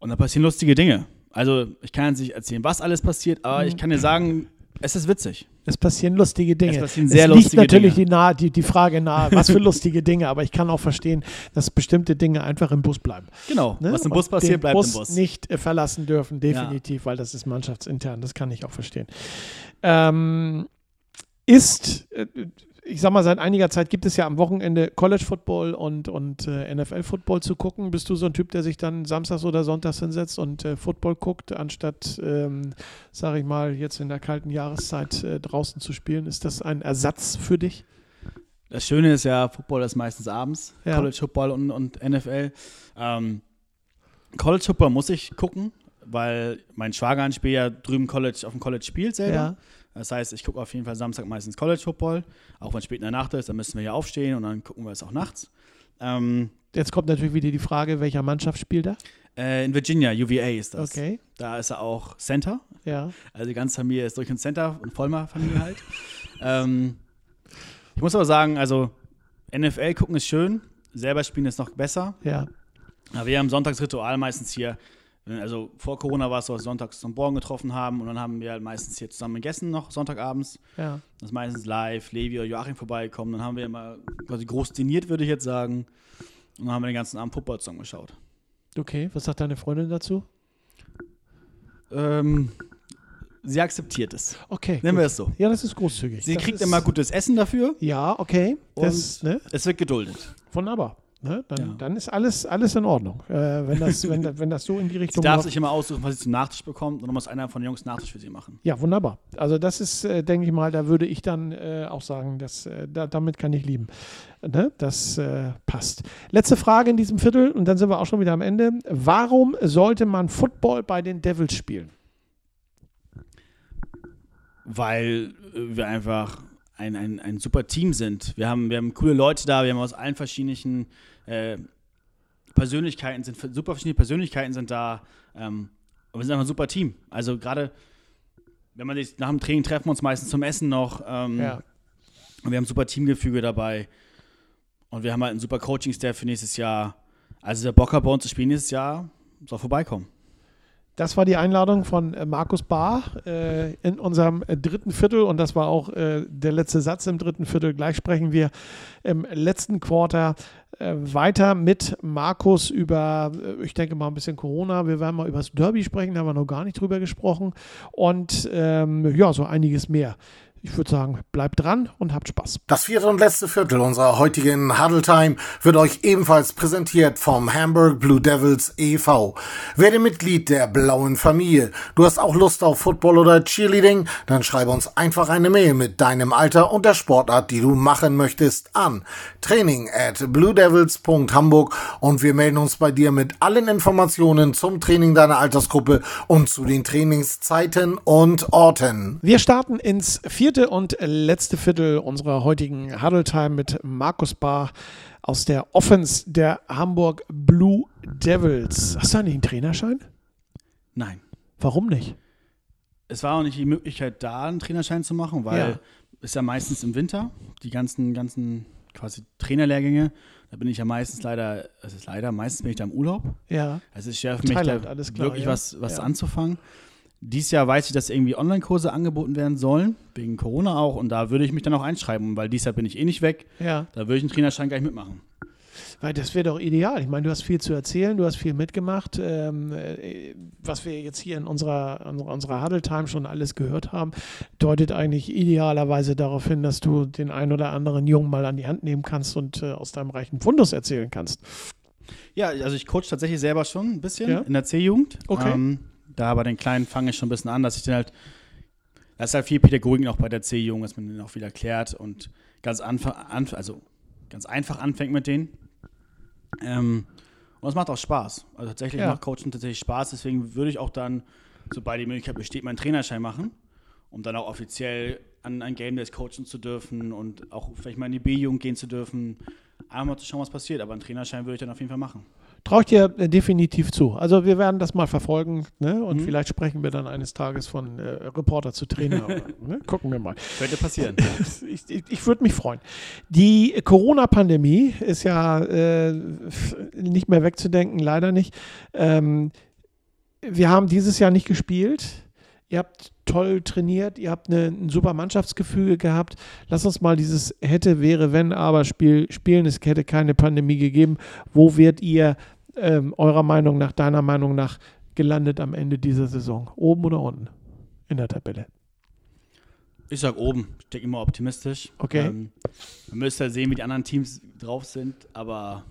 Speaker 3: und da passieren lustige Dinge. Also ich kann jetzt nicht erzählen, was alles passiert,
Speaker 2: Mhm.
Speaker 3: aber ich kann dir sagen, es ist witzig.
Speaker 2: Es passieren lustige Dinge.
Speaker 3: Es passieren sehr
Speaker 2: liegt
Speaker 3: lustige
Speaker 2: natürlich
Speaker 3: Dinge.
Speaker 2: Die, nahe, die, die Frage nahe, was für lustige Dinge, aber ich kann auch verstehen, dass bestimmte Dinge einfach im Bus bleiben.
Speaker 3: Genau,
Speaker 2: Ne?
Speaker 3: was im
Speaker 2: Und
Speaker 3: Bus
Speaker 2: den
Speaker 3: passiert, bleibt
Speaker 2: Bus
Speaker 3: im Bus.
Speaker 2: nicht äh, verlassen dürfen, definitiv, weil das ist mannschaftsintern, das kann ich auch verstehen. Ähm, ist, äh, ich sag mal, seit einiger Zeit gibt es ja am Wochenende College Football und, und äh, NFL Football zu gucken. Bist du so ein Typ, der sich dann samstags oder sonntags hinsetzt und äh, Football guckt, anstatt, ähm, sag ich mal, jetzt in der kalten Jahreszeit äh, draußen zu spielen? Ist das ein Ersatz für dich?
Speaker 3: Das Schöne ist ja, Football ist meistens abends,
Speaker 2: Ja.
Speaker 3: College Football und, und NFL. Ähm, College Football muss ich gucken, weil mein Schwager ein Spiel ja drüben College, auf dem College spielt selber. Das heißt, ich gucke auf jeden Fall Samstag meistens College Football, auch wenn es spät in der Nacht ist, dann müssen wir ja aufstehen und dann gucken wir es auch nachts. Ähm,
Speaker 2: Jetzt kommt natürlich wieder die Frage, welcher Mannschaft spielt da?
Speaker 3: äh, in Virginia, UVA ist das.
Speaker 2: Okay,
Speaker 3: Da ist er auch Center.
Speaker 2: ja.
Speaker 3: Also die ganze Familie ist durch ein Center und Vollmer-Familie halt. ähm, ich muss aber sagen, also NFL gucken ist schön, selber spielen ist noch besser.
Speaker 2: Ja,
Speaker 3: Aber wir haben Sonntagsritual meistens hier. Also vor Corona war es so, dass wir sonntags zum Morgen getroffen haben und dann haben wir halt meistens hier zusammen gegessen noch Sonntagabends.
Speaker 2: ja.
Speaker 3: Das ist meistens live, Levi oder Joachim vorbeikommen. Dann haben wir immer quasi groß diniert, würde ich jetzt sagen. Und dann haben wir den ganzen Abend Football-Song geschaut.
Speaker 2: Okay, was sagt deine Freundin dazu?
Speaker 3: Ähm, sie akzeptiert es.
Speaker 2: Okay.
Speaker 3: Nennen wir
Speaker 2: gut.
Speaker 3: es so.
Speaker 2: Ja, das ist großzügig.
Speaker 3: Sie
Speaker 2: das
Speaker 3: kriegt
Speaker 2: ist,
Speaker 3: immer gutes Essen dafür.
Speaker 2: Ja, okay. Das,
Speaker 3: und
Speaker 2: ne?
Speaker 3: es wird geduldet.
Speaker 2: Wunderbar. Ne? Dann,
Speaker 3: Ja.
Speaker 2: dann ist alles, alles in Ordnung. Äh, wenn, das, wenn, wenn das so in die
Speaker 3: Sie
Speaker 2: Richtung
Speaker 3: darf
Speaker 2: läuft.
Speaker 3: sich immer aussuchen, was sie zum Nachtisch bekommt. Und dann muss einer von den Jungs Nachtisch für sie machen.
Speaker 2: Ja, wunderbar. Also das ist, äh, denke ich mal, da würde ich dann äh, auch sagen, dass, äh, da, damit kann ich lieben. Ne? Das äh, passt. Letzte Frage in diesem Viertel und dann sind wir auch schon wieder am Ende. Warum sollte man Football bei den Devils spielen?
Speaker 3: weil äh, wir einfach ein, ein, ein super Team sind. Wir haben, wir haben coole Leute da, wir haben aus allen verschiedenen äh, Persönlichkeiten, sind super verschiedene Persönlichkeiten sind da. Ähm, und wir sind einfach ein super Team. Also gerade, wenn man sich nach dem Training treffen wir uns meistens zum Essen noch. Ähm, und wir haben ein super Teamgefüge dabei. Und wir haben halt einen super Coaching-Staff für nächstes Jahr. Also der Bock hat bei uns zu spielen nächstes Jahr, soll vorbeikommen.
Speaker 2: Das war die Einladung von äh, Markus Bahr äh, in unserem äh, dritten Viertel und das war auch äh, der letzte Satz im dritten Viertel. Gleich sprechen wir im letzten Quarter äh, weiter mit Markus über, äh, ich denke mal ein bisschen Corona. Wir werden mal über das Derby sprechen, da haben wir noch gar nicht drüber gesprochen und ähm, ja, so einiges mehr. Ich würde sagen, bleibt dran und habt Spaß.
Speaker 1: Das vierte und letzte Viertel unserer heutigen Huddle Time wird euch ebenfalls präsentiert vom Hamburg Blue Devils e.V. Werde Mitglied der blauen Familie. Du hast auch Lust auf Football oder Cheerleading? Dann schreibe uns einfach eine Mail mit deinem Alter und der Sportart, die du machen möchtest, an training at bluedevils.hamburg und wir melden uns bei dir mit allen Informationen zum Training deiner Altersgruppe und zu den Trainingszeiten und Orten.
Speaker 2: Wir starten ins vierte und letzte Viertel unserer heutigen Huddle Time mit Markus Bahr aus der Offense der Hamburg Blue Devils. Hast du eigentlich einen Trainerschein?
Speaker 3: Nein.
Speaker 2: Warum nicht?
Speaker 3: es war auch nicht die Möglichkeit, da einen Trainerschein zu machen, weil
Speaker 2: Ja.
Speaker 3: es ist ja meistens im Winter, die ganzen, ganzen quasi Trainerlehrgänge. Da bin ich ja meistens leider, es ist leider, meistens bin ich da im Urlaub.
Speaker 2: Ja.
Speaker 3: Also es ist schwer für mich,
Speaker 2: Thailand,
Speaker 3: da
Speaker 2: alles klar,
Speaker 3: wirklich
Speaker 2: ja.
Speaker 3: was, was
Speaker 2: Ja.
Speaker 3: anzufangen. Dieses Jahr weiß ich, dass irgendwie Online-Kurse angeboten werden sollen, wegen Corona auch. Und da würde ich mich dann auch einschreiben, weil dieses Jahr bin ich eh nicht weg.
Speaker 2: Ja.
Speaker 3: Da würde ich einen Trainerschein gleich mitmachen.
Speaker 2: Weil das wäre doch ideal. Ich meine, du hast viel zu erzählen, du hast viel mitgemacht. Ähm, äh, was wir jetzt hier in unserer, unserer, unserer Huddle Time schon alles gehört haben, deutet eigentlich idealerweise darauf hin, dass du den einen oder anderen Jungen mal an die Hand nehmen kannst und äh, aus deinem reichen Fundus erzählen kannst.
Speaker 3: Ja, also ich coach tatsächlich selber schon ein bisschen
Speaker 2: Ja.
Speaker 3: in der C-Jugend.
Speaker 2: Okay.
Speaker 3: Ähm, da bei den Kleinen fange ich schon ein bisschen an, dass ich den halt, da ist halt viel Pädagogik auch bei der C-Jugend, dass man den auch viel erklärt und ganz, anf anf also ganz einfach anfängt mit denen. Ähm, und es macht auch Spaß. Also tatsächlich
Speaker 2: Ja.
Speaker 3: macht Coaching tatsächlich Spaß, deswegen würde ich auch dann, sobald die Möglichkeit besteht, meinen Trainerschein machen, um dann auch offiziell an ein Game Days coachen zu dürfen und auch vielleicht mal in die B-Jugend gehen zu dürfen. Einfach mal zu schauen, was passiert. Aber einen Trainerschein würde ich dann auf jeden Fall machen.
Speaker 2: Traue ich dir äh, definitiv zu. Also wir werden das mal verfolgen ne? und
Speaker 3: Mhm.
Speaker 2: vielleicht sprechen wir dann eines Tages von äh, Reporter zu Trainer. oder, ne? Gucken wir mal.
Speaker 3: Könnte passieren.
Speaker 2: Ich, ich, ich würde mich freuen. Die Corona-Pandemie ist ja äh, f- nicht mehr wegzudenken, leider nicht. Ähm, wir haben dieses Jahr nicht gespielt. Ihr habt toll trainiert, ihr habt eine, ein super Mannschaftsgefüge gehabt. Lass uns mal dieses hätte, wäre, wenn, aber Spiel spielen. Es hätte keine Pandemie gegeben. Wo werdet ihr ähm, eurer Meinung nach, deiner Meinung nach gelandet am Ende dieser Saison? Oben oder unten in der Tabelle?
Speaker 3: Ich sag oben. Ich denke immer optimistisch.
Speaker 2: Okay.
Speaker 3: Ähm, man müsste halt sehen, wie die anderen Teams drauf sind, aber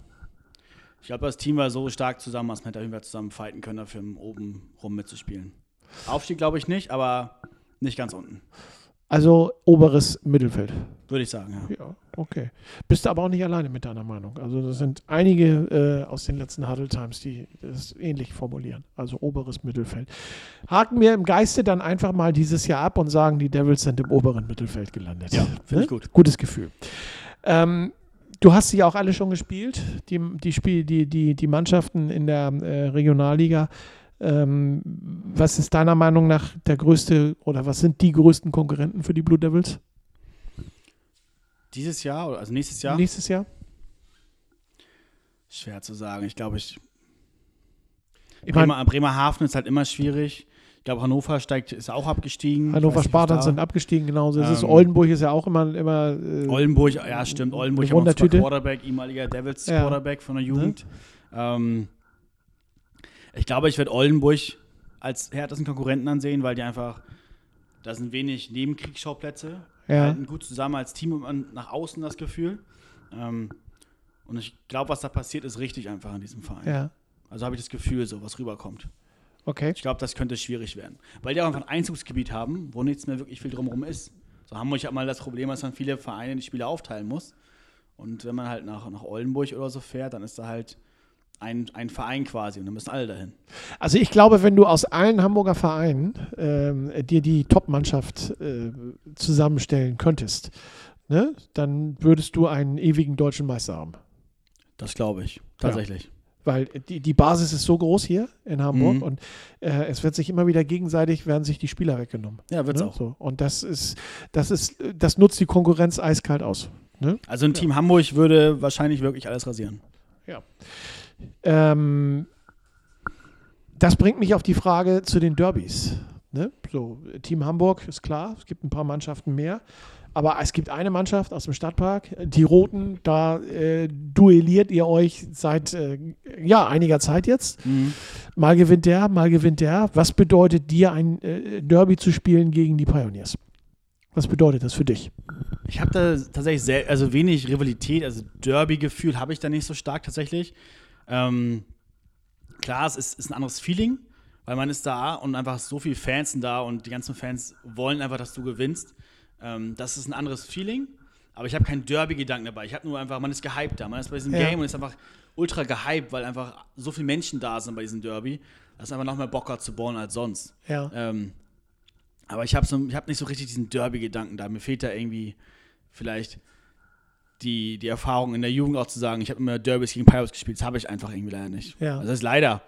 Speaker 3: ich glaube, das Team war so stark zusammen, dass man hätte auf jeden Fall zusammen fighten können, dafür um oben rum mitzuspielen. Aufstieg glaube ich nicht, aber nicht ganz unten.
Speaker 2: Also oberes Mittelfeld.
Speaker 3: Würde ich sagen, ja.
Speaker 2: Ja, okay. Bist du aber auch nicht alleine mit deiner Meinung. Also das sind einige äh, aus den letzten Huddle Times, die das ähnlich formulieren. Also oberes Mittelfeld. Haken wir im Geiste dann einfach mal dieses Jahr ab und sagen, die Devils sind im oberen Mittelfeld gelandet. Ne?
Speaker 3: Ja, finde ich gut.
Speaker 2: Gutes Gefühl. Ähm, du hast sie auch alle schon gespielt, die, die, Spiel, die, die, die Mannschaften in der äh, Regionalliga. Ähm, was ist deiner Meinung nach der größte oder was sind die größten Konkurrenten für die Blue Devils
Speaker 3: Dieses Jahr, oder also nächstes Jahr,
Speaker 2: nächstes Jahr?
Speaker 3: schwer zu sagen. Ich glaube, ich
Speaker 2: Ich meine,
Speaker 3: Bremer, Bremerhaven ist halt immer schwierig. Ich glaube, Hannover steigt, ist auch abgestiegen.
Speaker 2: Hannover
Speaker 3: Hm, Weiß nicht, was
Speaker 2: Spartans
Speaker 3: da-
Speaker 2: sind abgestiegen, genauso. Es ist
Speaker 3: Ähm,
Speaker 2: Oldenburg ist ja auch immer, immer äh,
Speaker 3: Oldenburg, ja stimmt, Oldenburg
Speaker 2: Eine
Speaker 3: haben einen super
Speaker 2: Wundertüte.
Speaker 3: Quarterback, ehemaliger Devils
Speaker 2: Ja. Ne?
Speaker 3: Quarterback von der Jugend. Ähm, ich glaube, ich werde Oldenburg als härtesten Konkurrenten ansehen, weil die einfach, da sind wenig Nebenkriegsschauplätze,
Speaker 2: Ja.
Speaker 3: halten gut zusammen als Team und man- nach außen das Gefühl. Ähm, und ich glaube, was da passiert, ist richtig einfach in diesem Verein.
Speaker 2: ja.
Speaker 3: Also habe ich das Gefühl, so was rüberkommt.
Speaker 2: Okay.
Speaker 3: Ich glaube, das könnte schwierig werden. Weil die auch einfach ein Einzugsgebiet haben, wo nichts mehr wirklich viel drumherum ist. So Hamburg hat mal das Problem, dass man viele Vereine die Spieler aufteilen muss. Und wenn man halt nach, nach Oldenburg oder so fährt, dann ist da halt ein, ein Verein quasi und dann müssen alle dahin.
Speaker 2: Also ich glaube, wenn du aus allen Hamburger Vereinen ähm, dir die Top-Mannschaft äh, zusammenstellen könntest, ne, dann würdest du einen ewigen deutschen Meister haben.
Speaker 3: Das glaube ich. Tatsächlich.
Speaker 2: Weil die, die Basis ist so groß hier in Hamburg
Speaker 3: Mhm.
Speaker 2: und äh, es wird sich immer wieder gegenseitig, werden sich die Spieler weggenommen.
Speaker 3: Ja, wird's
Speaker 2: ne?
Speaker 3: auch.
Speaker 2: So. Und das ist, das ist, das nutzt die Konkurrenz eiskalt aus. Ne?
Speaker 3: Also ein Team Hamburg würde wahrscheinlich wirklich alles rasieren.
Speaker 2: Ähm, das bringt mich auf die Frage zu den Derbys. Ne? So, Team Hamburg ist klar, es gibt ein paar Mannschaften mehr. Aber es gibt eine Mannschaft aus dem Stadtpark, die Roten, da äh, duelliert ihr euch seit äh, ja, einiger Zeit jetzt. Mal gewinnt der, mal gewinnt der. Was bedeutet dir ein äh, Derby zu spielen gegen die Pioneers? Was bedeutet das für dich?
Speaker 3: Ich habe da tatsächlich sehr, also wenig Rivalität, also Derby-Gefühl habe ich da nicht so stark tatsächlich. Ähm, klar, es ist, ist ein anderes Feeling, weil man ist da und einfach so viele Fans sind da und die ganzen Fans wollen einfach, dass du gewinnst. Ähm, das ist ein anderes Feeling, aber ich habe keinen Derby-Gedanken dabei. Ich habe nur einfach, man ist gehypt da, man ist bei diesem
Speaker 2: Ja.
Speaker 3: Game und ist einfach ultra gehypt, weil einfach so viele Menschen da sind bei diesem Derby, dass einfach noch mehr Bock hat zu bauen als sonst.
Speaker 2: Ja.
Speaker 3: Ähm, aber ich habe so, ich hab nicht so richtig diesen Derby-Gedanken da. Mir fehlt da irgendwie vielleicht die, die Erfahrung in der Jugend auch zu sagen, ich habe immer Derbys gegen Pirates gespielt. Das habe ich einfach irgendwie leider nicht.
Speaker 2: Ja.
Speaker 3: Also das ist leider.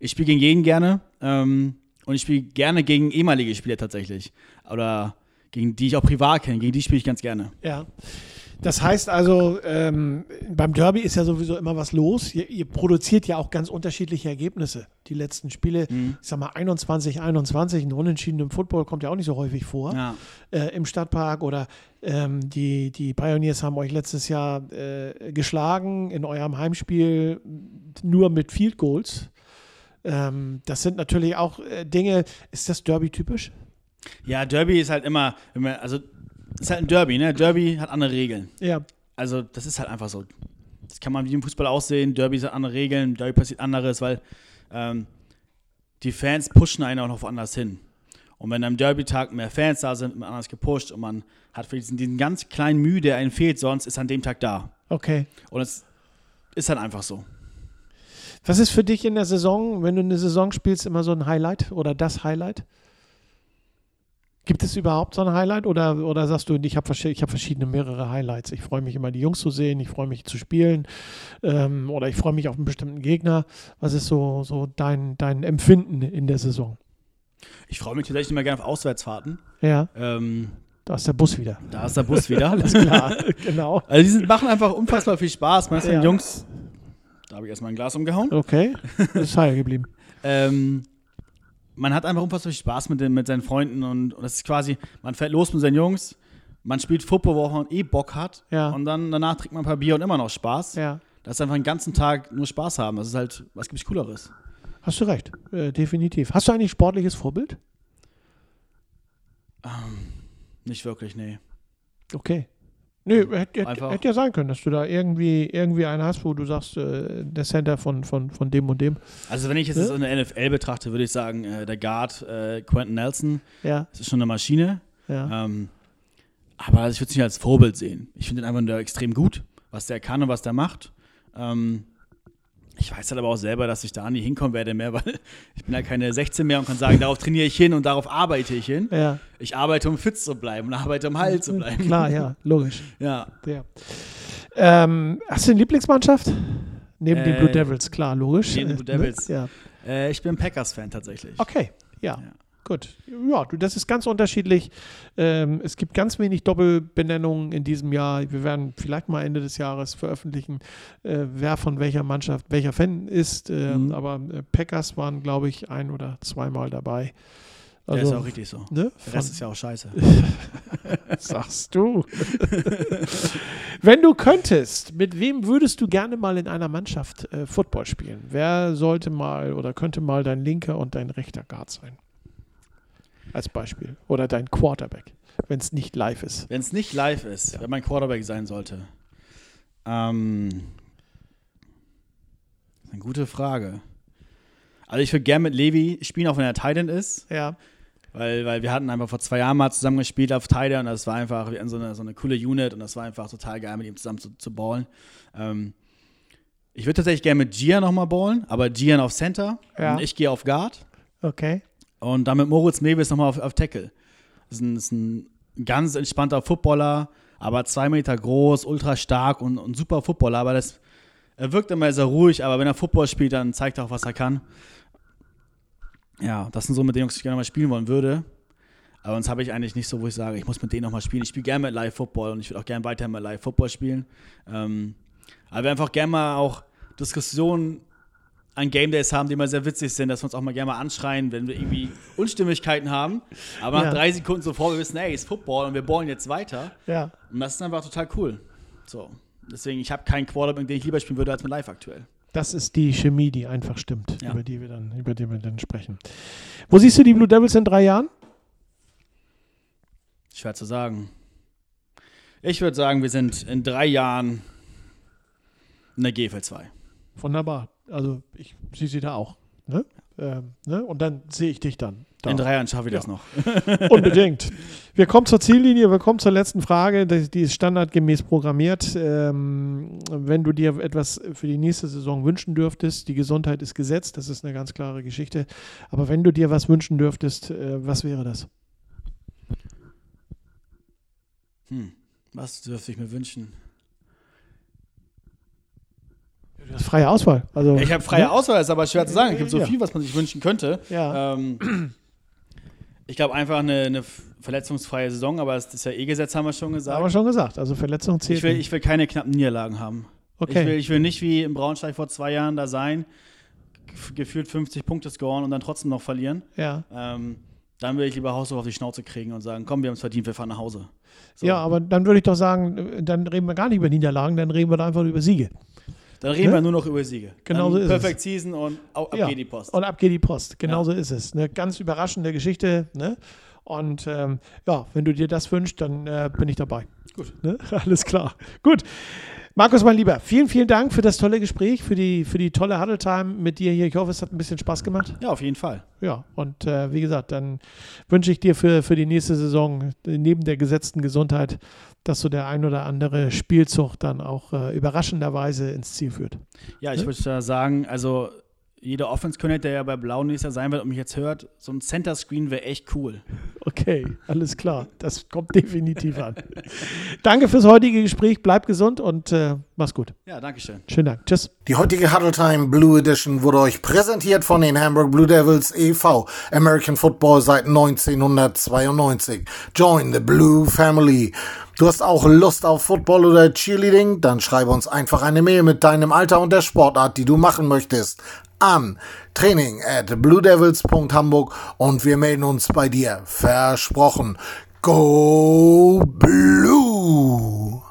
Speaker 3: Ich spiele gegen jeden gerne. Ähm, und ich spiele gerne gegen ehemalige Spieler tatsächlich. Oder gegen die ich auch privat kenne. Gegen die spiele ich ganz gerne.
Speaker 2: Ja. Das heißt also, ähm, beim Derby ist ja sowieso immer was los. Ihr, ihr produziert ja auch ganz unterschiedliche Ergebnisse. Die letzten Spiele, ich sag mal 21, 21, ein Unentschieden im Football kommt ja auch nicht so häufig vor
Speaker 3: Ja.
Speaker 2: äh, im Stadtpark oder ähm, die, die Pioneers haben euch letztes Jahr äh, geschlagen in eurem Heimspiel nur mit Field Goals. Ähm, das sind natürlich auch äh, Dinge. Ist das Derby typisch?
Speaker 3: ja, Derby ist halt immer, wenn man- also ist halt ein Derby, ne? Derby hat andere Regeln.
Speaker 2: Ja.
Speaker 3: also das ist halt einfach so. Das kann man wie im Fußball aussehen. Derby sind andere Regeln, Derby passiert anderes, weil ähm, die Fans pushen einen auch noch woanders hin. Und wenn am Derby-Tag mehr Fans da sind, wird man anders gepusht und man hat für diesen, diesen ganz kleinen Mühe, der einem fehlt, sonst ist an dem Tag da.
Speaker 2: Okay.
Speaker 3: Und es ist dann einfach so.
Speaker 2: Was ist für dich in der Saison, wenn du eine Saison spielst, immer so ein Highlight oder das Highlight? Gibt es überhaupt so ein Highlight oder, oder sagst du, ich habe ich hab verschiedene mehrere Highlights. Ich freue mich immer, die Jungs zu sehen, ich freue mich zu spielen ähm, oder ich freue mich auf einen bestimmten Gegner. Was ist so, so dein, dein Empfinden in der Saison?
Speaker 3: Ich freue mich tatsächlich immer gerne auf Auswärtsfahrten.
Speaker 2: Ja,
Speaker 3: Ähm,
Speaker 2: da ist der Bus wieder.
Speaker 3: da ist der Bus wieder.
Speaker 2: Klar, genau.
Speaker 3: Also die sind, machen einfach unfassbar viel Spaß. Meinst du,
Speaker 2: Ja.
Speaker 3: Jungs, da habe ich erstmal ein Glas umgehauen.
Speaker 2: Okay, ist heil geblieben.
Speaker 3: ähm, man hat einfach unfassbar viel Spaß mit, den, mit seinen Freunden und, und das ist quasi, man fährt los mit seinen Jungs, man spielt Football, wo man eh Bock hat
Speaker 2: Ja.
Speaker 3: und dann danach trinkt man ein paar Bier und immer noch Spaß.
Speaker 2: Ja.
Speaker 3: Das ist einfach den ganzen Tag nur Spaß haben. Das ist halt, was gibt's Cooleres?
Speaker 2: Hast du recht, äh, definitiv. Hast du eigentlich sportliches Vorbild?
Speaker 3: Nicht wirklich, nee.
Speaker 2: Okay. Nö, hätte hätt,
Speaker 3: Also Einfach-
Speaker 2: hätt ja sein können, dass du da irgendwie, irgendwie einen hast, wo du sagst, äh, der Center von, von, von dem und dem.
Speaker 3: Also wenn ich jetzt
Speaker 2: Ne?
Speaker 3: so eine NFL betrachte, würde ich sagen, äh, der Guard äh, Quentin Nelson,
Speaker 2: Ja,
Speaker 3: das ist schon eine Maschine.
Speaker 2: ja.
Speaker 3: Ähm, aber ich würde es nicht als Vorbild sehen. Ich finde ihn einfach nur extrem gut, was der kann und was der macht. Ähm, ich weiß halt aber auch selber, dass ich da nie hinkommen werde mehr, weil ich bin ja keine 16 mehr und kann sagen, darauf trainiere ich hin und darauf arbeite ich hin.
Speaker 2: Ja,
Speaker 3: Ich arbeite, um fit zu bleiben und arbeite, um heil zu bleiben.
Speaker 2: Hm, klar, ja, logisch.
Speaker 3: Ja.
Speaker 2: Ja. Ähm, hast du eine Lieblingsmannschaft? Neben den
Speaker 3: Äh,
Speaker 2: Blue Devils, klar, logisch.
Speaker 3: neben den
Speaker 2: Äh,
Speaker 3: Blue Devils.
Speaker 2: Ne? Ja.
Speaker 3: Äh, ich bin Packers-Fan tatsächlich.
Speaker 2: Okay, ja.
Speaker 3: Ja.
Speaker 2: Gut. Ja, du, das ist ganz unterschiedlich. Ähm, es gibt ganz wenig Doppelbenennungen in diesem Jahr. Wir werden vielleicht mal Ende des Jahres veröffentlichen, äh, wer von welcher Mannschaft welcher Fan ist. Ähm,
Speaker 3: Mhm.
Speaker 2: Aber äh, Packers waren, glaube ich, ein oder zweimal dabei.
Speaker 3: Ja, ist auch richtig so.
Speaker 2: ne?
Speaker 3: Der
Speaker 2: Von,
Speaker 3: Rest ist ja auch scheiße.
Speaker 2: sagst du. Wenn du könntest, mit wem würdest du gerne mal in einer Mannschaft äh, Football spielen? Wer sollte mal oder könnte mal dein linker und dein rechter Guard sein? Als Beispiel. Oder dein Quarterback, wenn es nicht live ist.
Speaker 3: Wenn es nicht live ist, wenn mein Quarterback sein sollte. Ähm, ist eine gute Frage. Also ich würde gerne mit Levi spielen, auch wenn er Titan ist,
Speaker 2: Ja.
Speaker 3: weil, weil wir hatten einfach vor zwei Jahren mal zusammen gespielt auf Titan und das war einfach, wir hatten so eine, so eine coole Unit und das war einfach total geil, mit ihm zusammen zu, zu ballen. Ähm, ich würde tatsächlich gerne mit Gian nochmal ballen, aber Gian auf Center
Speaker 2: Ja.
Speaker 3: und ich gehe auf Guard.
Speaker 2: Okay.
Speaker 3: Und damit Moritz Mewis nochmal auf, auf Tackle. Ist ein, ist ein ganz entspannter Footballer, aber zwei Meter groß, ultra stark und, und super Footballer. Aber das, er wirkt immer sehr ruhig, aber wenn er Football spielt, dann zeigt er auch, was er kann. Ja, das sind so mit den Jungs, die ich gerne mal spielen wollen würde. Aber sonst habe ich eigentlich nicht so, wo ich sage, ich muss mit denen nochmal spielen. Ich spiele gerne mit Live Football und ich würde auch gerne weiterhin mit Live Football spielen. Ähm, aber wir einfach gerne mal auch Diskussionen an Game Days haben, die mal sehr witzig sind, dass wir uns auch mal gerne mal anschreien, wenn wir irgendwie Unstimmigkeiten haben. Aber nach
Speaker 2: Ja.
Speaker 3: drei Sekunden sofort, wir wissen, ey, ist Football und wir ballen jetzt weiter.
Speaker 2: Ja.
Speaker 3: Und das ist einfach total cool. So. Deswegen, ich habe keinen Quarterback, den ich lieber spielen würde als mit Live aktuell.
Speaker 2: Das ist die Chemie, die einfach stimmt,
Speaker 3: Ja.
Speaker 2: über, die wir dann, über die wir dann sprechen. Wo siehst du die Blue Devils in drei Jahren?
Speaker 3: Schwer zu sagen. Ich würde sagen, wir sind in drei Jahren in der GFL 2.
Speaker 2: Wunderbar. Also ich sehe sie da auch. Ne? Ähm, ne? Und dann sehe ich dich dann. Da.
Speaker 3: In drei Jahren schaffe ich
Speaker 2: Ja.
Speaker 3: das noch.
Speaker 2: Unbedingt. Wir kommen zur Ziellinie, wir kommen zur letzten Frage. Das- Die ist standardgemäß programmiert. Ähm, wenn du dir etwas für die nächste Saison wünschen dürftest, die Gesundheit ist gesetzt, das ist eine ganz klare Geschichte. Aber wenn du dir was wünschen dürftest, äh, was wäre das?
Speaker 3: Hm. Was dürfte ich mir wünschen?
Speaker 2: Das ist freie Auswahl. Also,
Speaker 3: Ich habe freie Auswahl, ist aber schwer zu sagen. Es gibt so
Speaker 2: Ja.
Speaker 3: viel, was man sich wünschen könnte.
Speaker 2: Ja.
Speaker 3: Ähm, ich glaube einfach eine, eine verletzungsfreie Saison, aber das ist ja eh Gesetz, haben wir schon gesagt.
Speaker 2: Haben wir schon gesagt. Also Verletzung zählt.
Speaker 3: Ich will,
Speaker 2: nicht.
Speaker 3: ich will keine knappen Niederlagen haben.
Speaker 2: okay.
Speaker 3: Ich, will, ich will nicht wie im Braunschweig vor zwei Jahren da sein, gef- gefühlt 50 Punkte scoren und dann trotzdem noch verlieren.
Speaker 2: ja.
Speaker 3: Ähm, dann will ich lieber Haushof auf die Schnauze kriegen und sagen, komm, wir haben es verdient, wir fahren nach Hause. So.
Speaker 2: ja, aber dann würde ich doch sagen, äh, dann reden wir gar nicht über Niederlagen, dann reden wir da einfach über Siege.
Speaker 3: dann reden
Speaker 2: ne?
Speaker 3: wir nur noch über Siege.
Speaker 2: Genau
Speaker 3: dann
Speaker 2: so ist es.
Speaker 3: Perfect Season und au- ab
Speaker 2: Ja.
Speaker 3: geht die Post.
Speaker 2: Und ab geht die Post. Genauso ist es. Eine ganz überraschende Geschichte. Ne? Und ähm, ja, wenn du dir das wünschst, dann äh, bin ich dabei. Gut. Ne? Alles klar. Gut. Markus, mein Lieber, vielen, vielen Dank für das tolle Gespräch, für die, für die tolle Huddle Time mit dir hier. Ich hoffe, es hat ein bisschen Spaß gemacht.
Speaker 3: ja, auf jeden Fall.
Speaker 2: Ja, und äh, wie gesagt, dann wünsche ich dir für, für die nächste Saison äh, neben der gesetzten Gesundheit, dass so der ein oder andere Spielzug dann auch äh, überraschenderweise ins Ziel führt.
Speaker 3: Ja, ich
Speaker 2: Ne?
Speaker 3: würde da sagen, also jeder Offense-Connect, der ja bei Blau nächstes Jahr sein wird und mich jetzt hört, so ein Center-Screen wäre echt cool.
Speaker 2: Okay, alles klar. Das kommt definitiv an. Danke fürs heutige Gespräch. Bleib gesund und äh, mach's gut.
Speaker 3: Ja, Dankeschön.
Speaker 2: Schönen Dank. Tschüss.
Speaker 1: Die heutige Huddle Time Blue Edition wurde euch präsentiert von den Hamburg Blue Devils e.V. American Football seit 1992. Join the Blue Family. Du hast auch Lust auf Football oder Cheerleading? Dann schreibe uns einfach eine Mail mit deinem Alter und der Sportart, die du machen möchtest, an training at bluedevils.hamburg und wir melden uns bei dir. Versprochen. Go Blue!